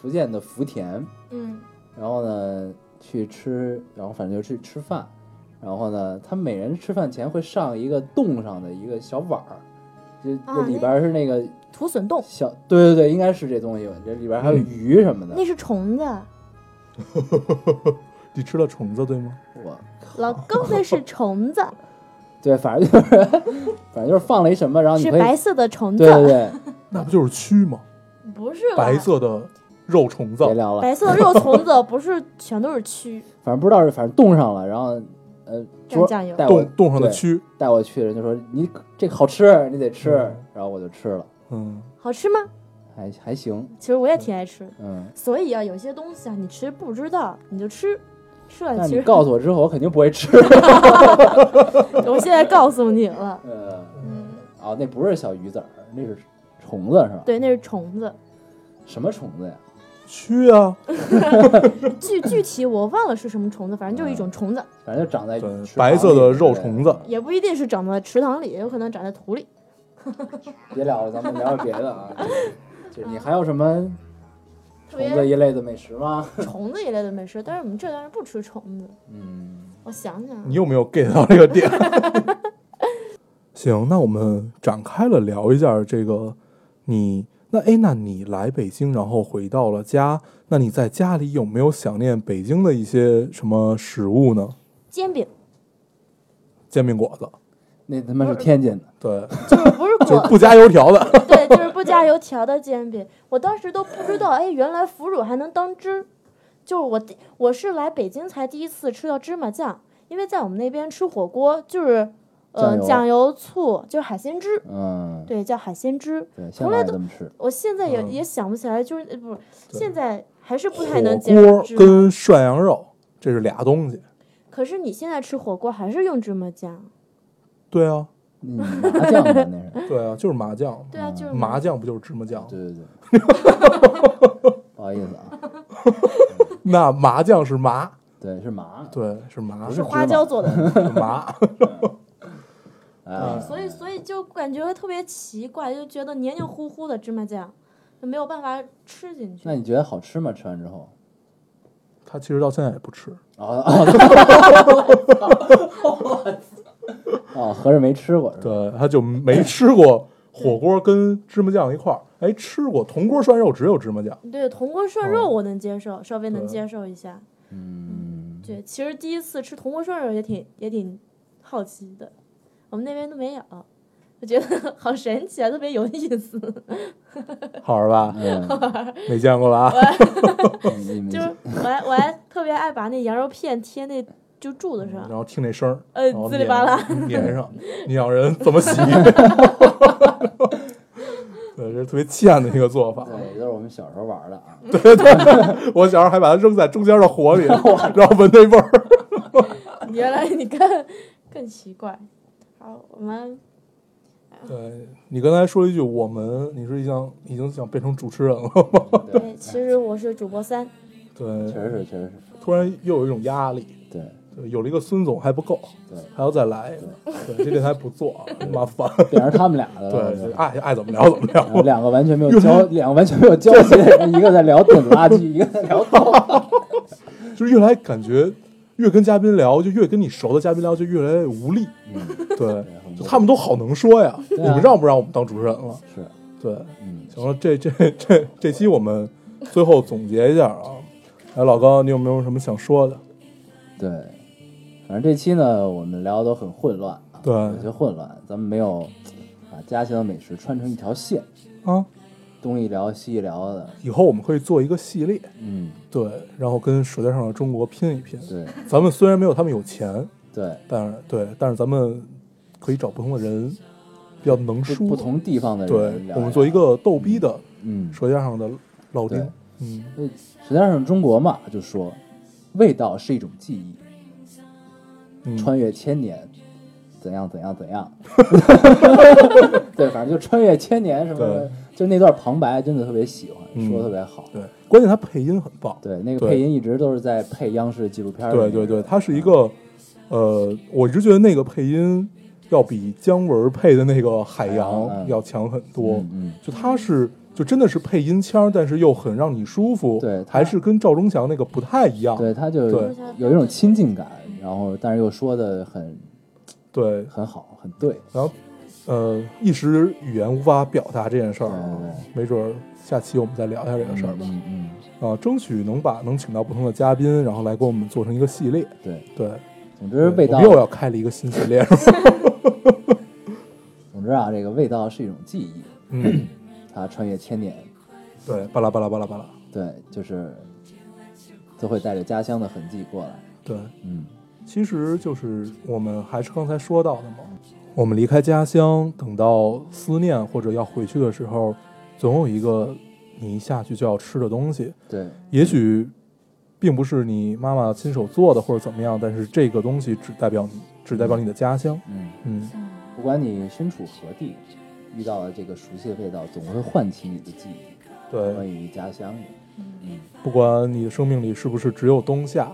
[SPEAKER 1] 福建的福田，
[SPEAKER 4] 嗯，
[SPEAKER 1] 然后呢去吃，然后反正就去吃饭，然后呢，他每人吃饭前会上一个冻上的一个小碗儿，这这
[SPEAKER 4] 啊
[SPEAKER 1] 里
[SPEAKER 4] 那
[SPEAKER 1] 边儿是那个
[SPEAKER 4] 土笋冻
[SPEAKER 1] 小，对对对，应该是这东西，这里边儿还有
[SPEAKER 2] 嗯
[SPEAKER 1] 鱼什么的，
[SPEAKER 4] 那是虫子，
[SPEAKER 2] 你吃了虫子对吗？
[SPEAKER 1] 我
[SPEAKER 4] 老公那是虫子，
[SPEAKER 1] 对，反正就是反 正就是放了一什么，然后你
[SPEAKER 4] 是
[SPEAKER 1] 可以，
[SPEAKER 4] 白色的虫子，
[SPEAKER 1] 对对对，
[SPEAKER 2] 那不就是蛆吗？
[SPEAKER 4] 不是 吧
[SPEAKER 2] 白色的肉虫子
[SPEAKER 1] 别聊了，
[SPEAKER 4] 白色的肉虫子，不是全都是蛆。
[SPEAKER 1] 反正不知道是反正冻上了，然后呃，桌
[SPEAKER 4] 蘸酱油
[SPEAKER 1] 带我
[SPEAKER 2] 冻冻上的
[SPEAKER 1] 对
[SPEAKER 2] 蛆，
[SPEAKER 1] 带我去的人就说你这个好吃，你得吃
[SPEAKER 2] 嗯，
[SPEAKER 1] 然后我就吃了，
[SPEAKER 2] 嗯，
[SPEAKER 4] 好吃吗？
[SPEAKER 1] 还还行，
[SPEAKER 4] 其实我也挺爱吃，
[SPEAKER 1] 嗯。
[SPEAKER 4] 所以啊，有些东西啊，你其实不知道，你就吃，吃了
[SPEAKER 1] 那
[SPEAKER 4] 其
[SPEAKER 1] 你
[SPEAKER 4] 实
[SPEAKER 1] 告诉我之后，我肯定不会吃。
[SPEAKER 4] 我现在告诉你了，
[SPEAKER 1] 呃，哦，那不是小鱼子儿，那是虫子是吧？
[SPEAKER 4] 对，那是虫子，
[SPEAKER 1] 什么虫子呀？
[SPEAKER 2] 蛆啊，
[SPEAKER 4] 嗯具具体我忘了是什么虫子，反正就是一种虫子，
[SPEAKER 1] 反正就长在
[SPEAKER 2] 对
[SPEAKER 1] 池塘里
[SPEAKER 2] 白色的肉虫子。
[SPEAKER 4] 也不一定是长在池塘里，也有可能长在土里。
[SPEAKER 1] 别聊了，咱们聊聊别的啊。 就是你还有什么
[SPEAKER 4] 特
[SPEAKER 1] 虫子
[SPEAKER 4] 别
[SPEAKER 1] 一类的美食吗？
[SPEAKER 4] 虫子一类的美食，但是我们浙江人不吃虫子。
[SPEAKER 1] 嗯，
[SPEAKER 4] 我想想啊，
[SPEAKER 2] 你有没有 get 到这个点？ 行，那我们展开了聊一下这个，你那哎，那你来北京，然后回到了家，那你在家里有没有想念北京的一些什么食物呢？
[SPEAKER 4] 煎饼
[SPEAKER 2] 煎饼果子，
[SPEAKER 1] 那他妈是天津的，
[SPEAKER 2] 对，
[SPEAKER 4] 就是不是
[SPEAKER 2] 就是
[SPEAKER 4] 果，
[SPEAKER 2] 不加油条的，
[SPEAKER 4] 对，就是不加油条的煎饼。我当时都不 知道，哎，原来腐乳还能当汁。就是我第我是来北京才第一次吃到芝麻酱，因为在我们那边吃火锅就是，呃，
[SPEAKER 1] 酱油
[SPEAKER 4] 酱油醋就是海鲜汁，
[SPEAKER 1] 嗯，
[SPEAKER 4] 对，叫海鲜汁。
[SPEAKER 1] 对，香
[SPEAKER 4] 从来
[SPEAKER 1] 港
[SPEAKER 4] 都
[SPEAKER 1] 也这么吃。
[SPEAKER 4] 我现在也、
[SPEAKER 2] 嗯
[SPEAKER 4] 也想不起来，就是呃不是
[SPEAKER 2] 对
[SPEAKER 4] 现在还是不太能
[SPEAKER 2] 火
[SPEAKER 4] 接受
[SPEAKER 2] 锅
[SPEAKER 4] 芝麻。
[SPEAKER 2] 跟涮羊肉这是俩东西。
[SPEAKER 4] 可是你现在吃火锅还是用芝麻酱？
[SPEAKER 2] 对啊，
[SPEAKER 1] 嗯，麻酱吧那 是。
[SPEAKER 2] 对啊，就是麻酱，
[SPEAKER 4] 对啊，就是
[SPEAKER 2] 麻酱不就是芝麻酱？
[SPEAKER 1] 对对对。 不好意思啊，
[SPEAKER 2] 那麻酱是麻，
[SPEAKER 1] 对，是麻。
[SPEAKER 2] 对，是麻，
[SPEAKER 1] 不
[SPEAKER 4] 是
[SPEAKER 1] 是
[SPEAKER 4] 花椒做的，
[SPEAKER 2] 是 麻。
[SPEAKER 1] 哎，
[SPEAKER 4] 所以所以就感觉特别奇怪，就觉得黏黏糊糊的芝麻酱，就没有办法吃进去。
[SPEAKER 1] 那你觉得好吃吗？吃完之后？
[SPEAKER 2] 他其实到现在也不吃，
[SPEAKER 1] 哦哦， 哦，合着没吃过是吧？
[SPEAKER 2] 对，他就没吃过火锅跟芝麻酱一块儿。哎，吃过铜锅涮肉，只有芝麻酱。
[SPEAKER 4] 对，铜锅涮
[SPEAKER 1] 哦
[SPEAKER 4] 肉我能接受，稍微能
[SPEAKER 1] 啊
[SPEAKER 2] 对
[SPEAKER 4] 接受一下。
[SPEAKER 1] 嗯，
[SPEAKER 4] 对，其实第一次吃铜锅涮肉也挺也挺好奇的，我们那边都没有，我觉得 好神奇啊，特别有意思。
[SPEAKER 2] 好玩吧？
[SPEAKER 1] 嗯，
[SPEAKER 2] 没见过啊吧？
[SPEAKER 1] 你们
[SPEAKER 4] 就是我还我还特别爱把那羊肉片贴那就柱子
[SPEAKER 2] 然
[SPEAKER 4] 上，
[SPEAKER 2] 后听那声儿，
[SPEAKER 4] 呃
[SPEAKER 1] 嗯
[SPEAKER 2] 然
[SPEAKER 1] 哦
[SPEAKER 2] 后
[SPEAKER 4] 滋里吧啦
[SPEAKER 2] 粘粘 上，你让人怎么洗？ 对，这是特别欠的一个做法。
[SPEAKER 1] 对，也就是我们小时候玩的 啊。
[SPEAKER 2] 我小时候还把它扔在中间的火里，然后闻那味儿。
[SPEAKER 4] 原来你看
[SPEAKER 7] 更奇怪。好，我们
[SPEAKER 2] 对你刚才说了一句“我们”，你是想已经想变成主持人了吗？
[SPEAKER 1] 对，
[SPEAKER 4] 对，其实我是主播三，
[SPEAKER 2] 对，
[SPEAKER 1] 确实是，确实是，
[SPEAKER 2] 突然又有一种压力，
[SPEAKER 1] 对
[SPEAKER 2] 对，有了一个孙总还不够，
[SPEAKER 1] 对，
[SPEAKER 2] 还要再来，对，这电台不做 啊，麻烦，
[SPEAKER 1] 变成他们俩的了，
[SPEAKER 2] 对，
[SPEAKER 1] 是
[SPEAKER 2] 就
[SPEAKER 1] 吧
[SPEAKER 2] 爱爱怎么聊怎么
[SPEAKER 1] 然后
[SPEAKER 2] 聊，
[SPEAKER 1] 两个完全没有交，两个完全没有交集，一个在聊电子垃圾，一个在聊豆。
[SPEAKER 2] 就是越来感觉越跟嘉宾聊，就越跟你熟的嘉宾聊，就越来越无力，
[SPEAKER 1] 嗯，
[SPEAKER 2] 对，
[SPEAKER 1] 很
[SPEAKER 2] 就他们都好能说呀，你
[SPEAKER 1] 啊
[SPEAKER 2] 们让不让我们当主持人了？
[SPEAKER 1] 是，
[SPEAKER 2] 对，
[SPEAKER 1] 嗯，
[SPEAKER 2] 行了，这这这这期我们最后总结一下啊，哎，老高，你有没有什么想说的？
[SPEAKER 1] 对，反正这期呢，我们聊的都很混乱啊，
[SPEAKER 2] 对
[SPEAKER 1] 有些混乱，咱们没有把家乡的美食穿成一条线，
[SPEAKER 2] 啊，
[SPEAKER 1] 东一聊西一聊的，
[SPEAKER 2] 以后我们可以做一个系列，
[SPEAKER 1] 嗯，
[SPEAKER 2] 对，然后跟《舌尖上的中国》拼一拼。
[SPEAKER 1] 对
[SPEAKER 2] 咱们虽然没有他们有钱，
[SPEAKER 1] 对，
[SPEAKER 2] 但是对，但是咱们可以找不同的人，比较能
[SPEAKER 1] 不
[SPEAKER 2] 说。
[SPEAKER 1] 不同地方的
[SPEAKER 2] 对
[SPEAKER 1] 人，聊，
[SPEAKER 2] 我们做一，个逗逼的
[SPEAKER 1] 嗯
[SPEAKER 2] 《舌尖上的老丁
[SPEAKER 1] 对》。
[SPEAKER 2] 嗯，
[SPEAKER 1] 所以舌尖上的中国嘛，就说味道是一种记忆，
[SPEAKER 2] 嗯
[SPEAKER 1] 穿越千年，怎样怎样怎 样。对，反正就穿越千年什么的，就那段旁白真的特别喜欢，
[SPEAKER 2] 嗯
[SPEAKER 1] 说的特别好。
[SPEAKER 2] 对，关键他配音很棒。
[SPEAKER 1] 对，那个
[SPEAKER 2] 对
[SPEAKER 1] 配音一直都是在配央视纪录片儿的那
[SPEAKER 2] 对
[SPEAKER 1] 个。
[SPEAKER 2] 对对，他是一个，呃，我一直觉得那个配音要比姜文配的那个海洋
[SPEAKER 1] 嗯
[SPEAKER 2] 要强很多。
[SPEAKER 1] 嗯嗯
[SPEAKER 2] 就他是就真的是配音腔，但是又很让你舒服。
[SPEAKER 1] 对他
[SPEAKER 2] 还是跟赵忠祥那个不太一样。
[SPEAKER 1] 嗯对，他就
[SPEAKER 2] 对
[SPEAKER 1] 有一种亲近感，然后但是又说的很
[SPEAKER 2] 对
[SPEAKER 1] 很好，很对。
[SPEAKER 2] 然后呃，一时语言无法表达这件事儿啊
[SPEAKER 1] 对对，
[SPEAKER 2] 没准儿下期我们再聊一下这个事儿吧。
[SPEAKER 1] 嗯嗯，
[SPEAKER 2] 啊，争取能把能请到不同的嘉宾，然后来给我们做成一个系列。
[SPEAKER 1] 嗯对。
[SPEAKER 2] 对，
[SPEAKER 1] 总之，味
[SPEAKER 2] 我
[SPEAKER 1] 道
[SPEAKER 2] 们，又要开了一个新系列。是吧
[SPEAKER 1] 总之啊，这个味道是一种记忆，
[SPEAKER 2] 嗯，
[SPEAKER 1] 它穿越千年，
[SPEAKER 2] 对，巴拉巴拉巴拉巴拉。
[SPEAKER 1] 对，就是都会带着家乡的痕迹过来。
[SPEAKER 2] 对，
[SPEAKER 1] 嗯，
[SPEAKER 2] 其实就是我们还是刚才说到的嘛，我们离开家乡，等到思念或者要回去的时候，总有一个你一下去就要吃的东西。
[SPEAKER 1] 对，
[SPEAKER 2] 也许并不是你妈妈亲手做的或者怎么样，但是这个东西只代表你，只代表你的家乡。
[SPEAKER 1] 嗯。
[SPEAKER 2] 嗯，
[SPEAKER 1] 不管你身处何地，遇到了这个熟悉的味道，总会唤起你的记忆，关
[SPEAKER 2] 对，
[SPEAKER 1] 于家乡的。嗯，
[SPEAKER 2] 不管你的生命里是不是只有冬夏，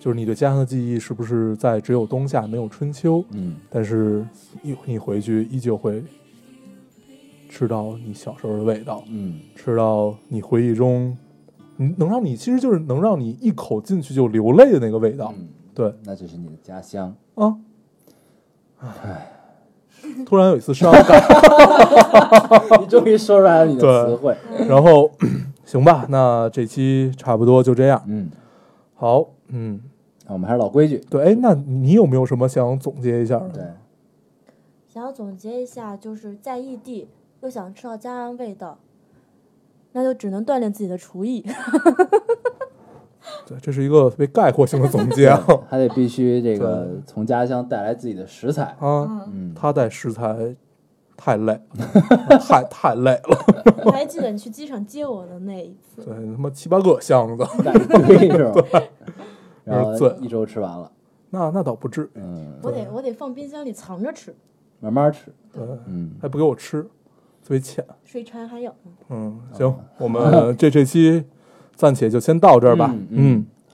[SPEAKER 2] 就是你对家乡的记忆是不是在只有冬夏没有春秋，
[SPEAKER 1] 嗯，
[SPEAKER 2] 但是你你回去依旧会吃到你小时候的味道，
[SPEAKER 1] 嗯，
[SPEAKER 2] 吃到你回忆中，嗯能让你其实就是能让你一口进去就流泪的那个味道。
[SPEAKER 1] 嗯，
[SPEAKER 2] 对
[SPEAKER 1] 那就是你的家乡。
[SPEAKER 2] 啊，唉，突然有一次伤 感。
[SPEAKER 1] 你终于说出来了你的词汇。
[SPEAKER 2] 然后行吧，那这期差不多就这样。
[SPEAKER 1] 嗯，
[SPEAKER 2] 好，嗯，
[SPEAKER 1] 那我们还是老规矩，
[SPEAKER 2] 对，哎，那你有没有什么想总结一下的？
[SPEAKER 1] 对，
[SPEAKER 4] 想要总结一下，就是在异地又想吃到家乡味道，那就只能锻炼自己的厨艺。
[SPEAKER 2] 对，这是一个特别概括性的总结啊。
[SPEAKER 1] 还得必须这个从家乡带来自己的食材。
[SPEAKER 2] 啊，
[SPEAKER 1] 嗯，
[SPEAKER 2] 他带食材太累了，太太累了，
[SPEAKER 4] 我还记得你去机场接我的那一次，
[SPEAKER 2] 对，他妈七八个箱子，
[SPEAKER 1] 带堆是吧？ 然
[SPEAKER 2] 有点醉
[SPEAKER 1] 后一周吃完了，
[SPEAKER 2] 那那倒不至于，
[SPEAKER 1] 嗯，
[SPEAKER 4] 我得我得放冰箱里藏着吃，
[SPEAKER 1] 慢慢吃。
[SPEAKER 2] 对，
[SPEAKER 1] 嗯，
[SPEAKER 2] 还不给我吃，特别欠。
[SPEAKER 4] 水馋还有。
[SPEAKER 2] 嗯，
[SPEAKER 1] 哦
[SPEAKER 2] 行，我们这这期暂且就先到这儿吧。
[SPEAKER 1] 嗯嗯
[SPEAKER 2] 嗯，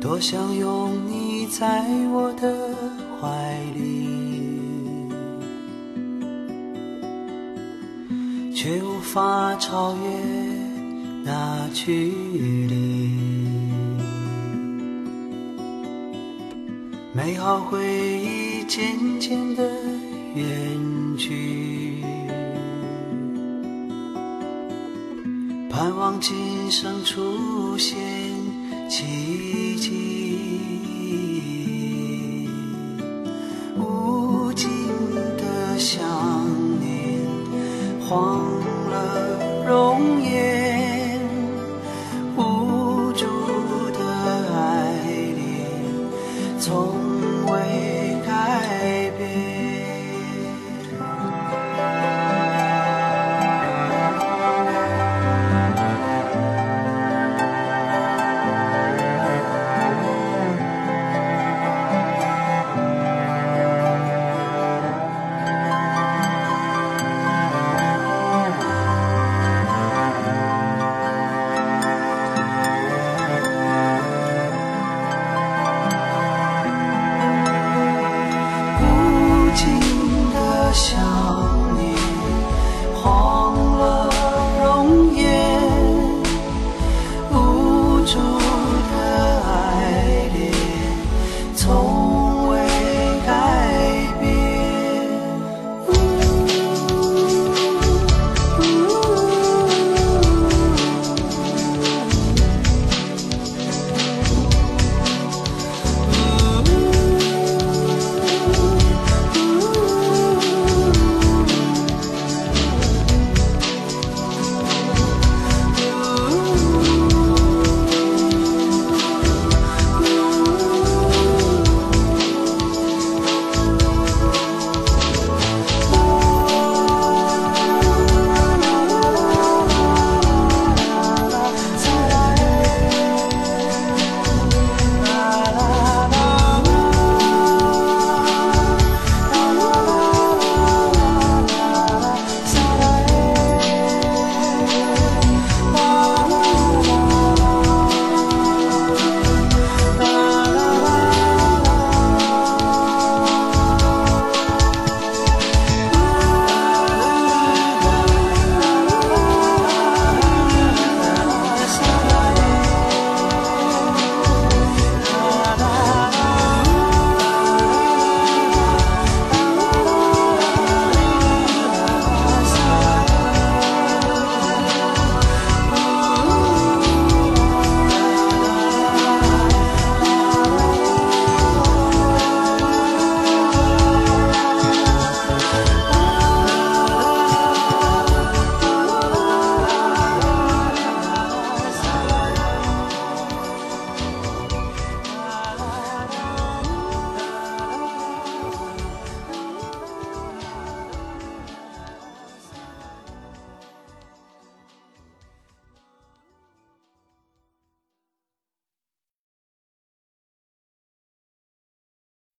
[SPEAKER 8] 多想拥你在我的怀里，却无法超越那距离。美好回忆渐渐的远去，盼望今生出现奇迹。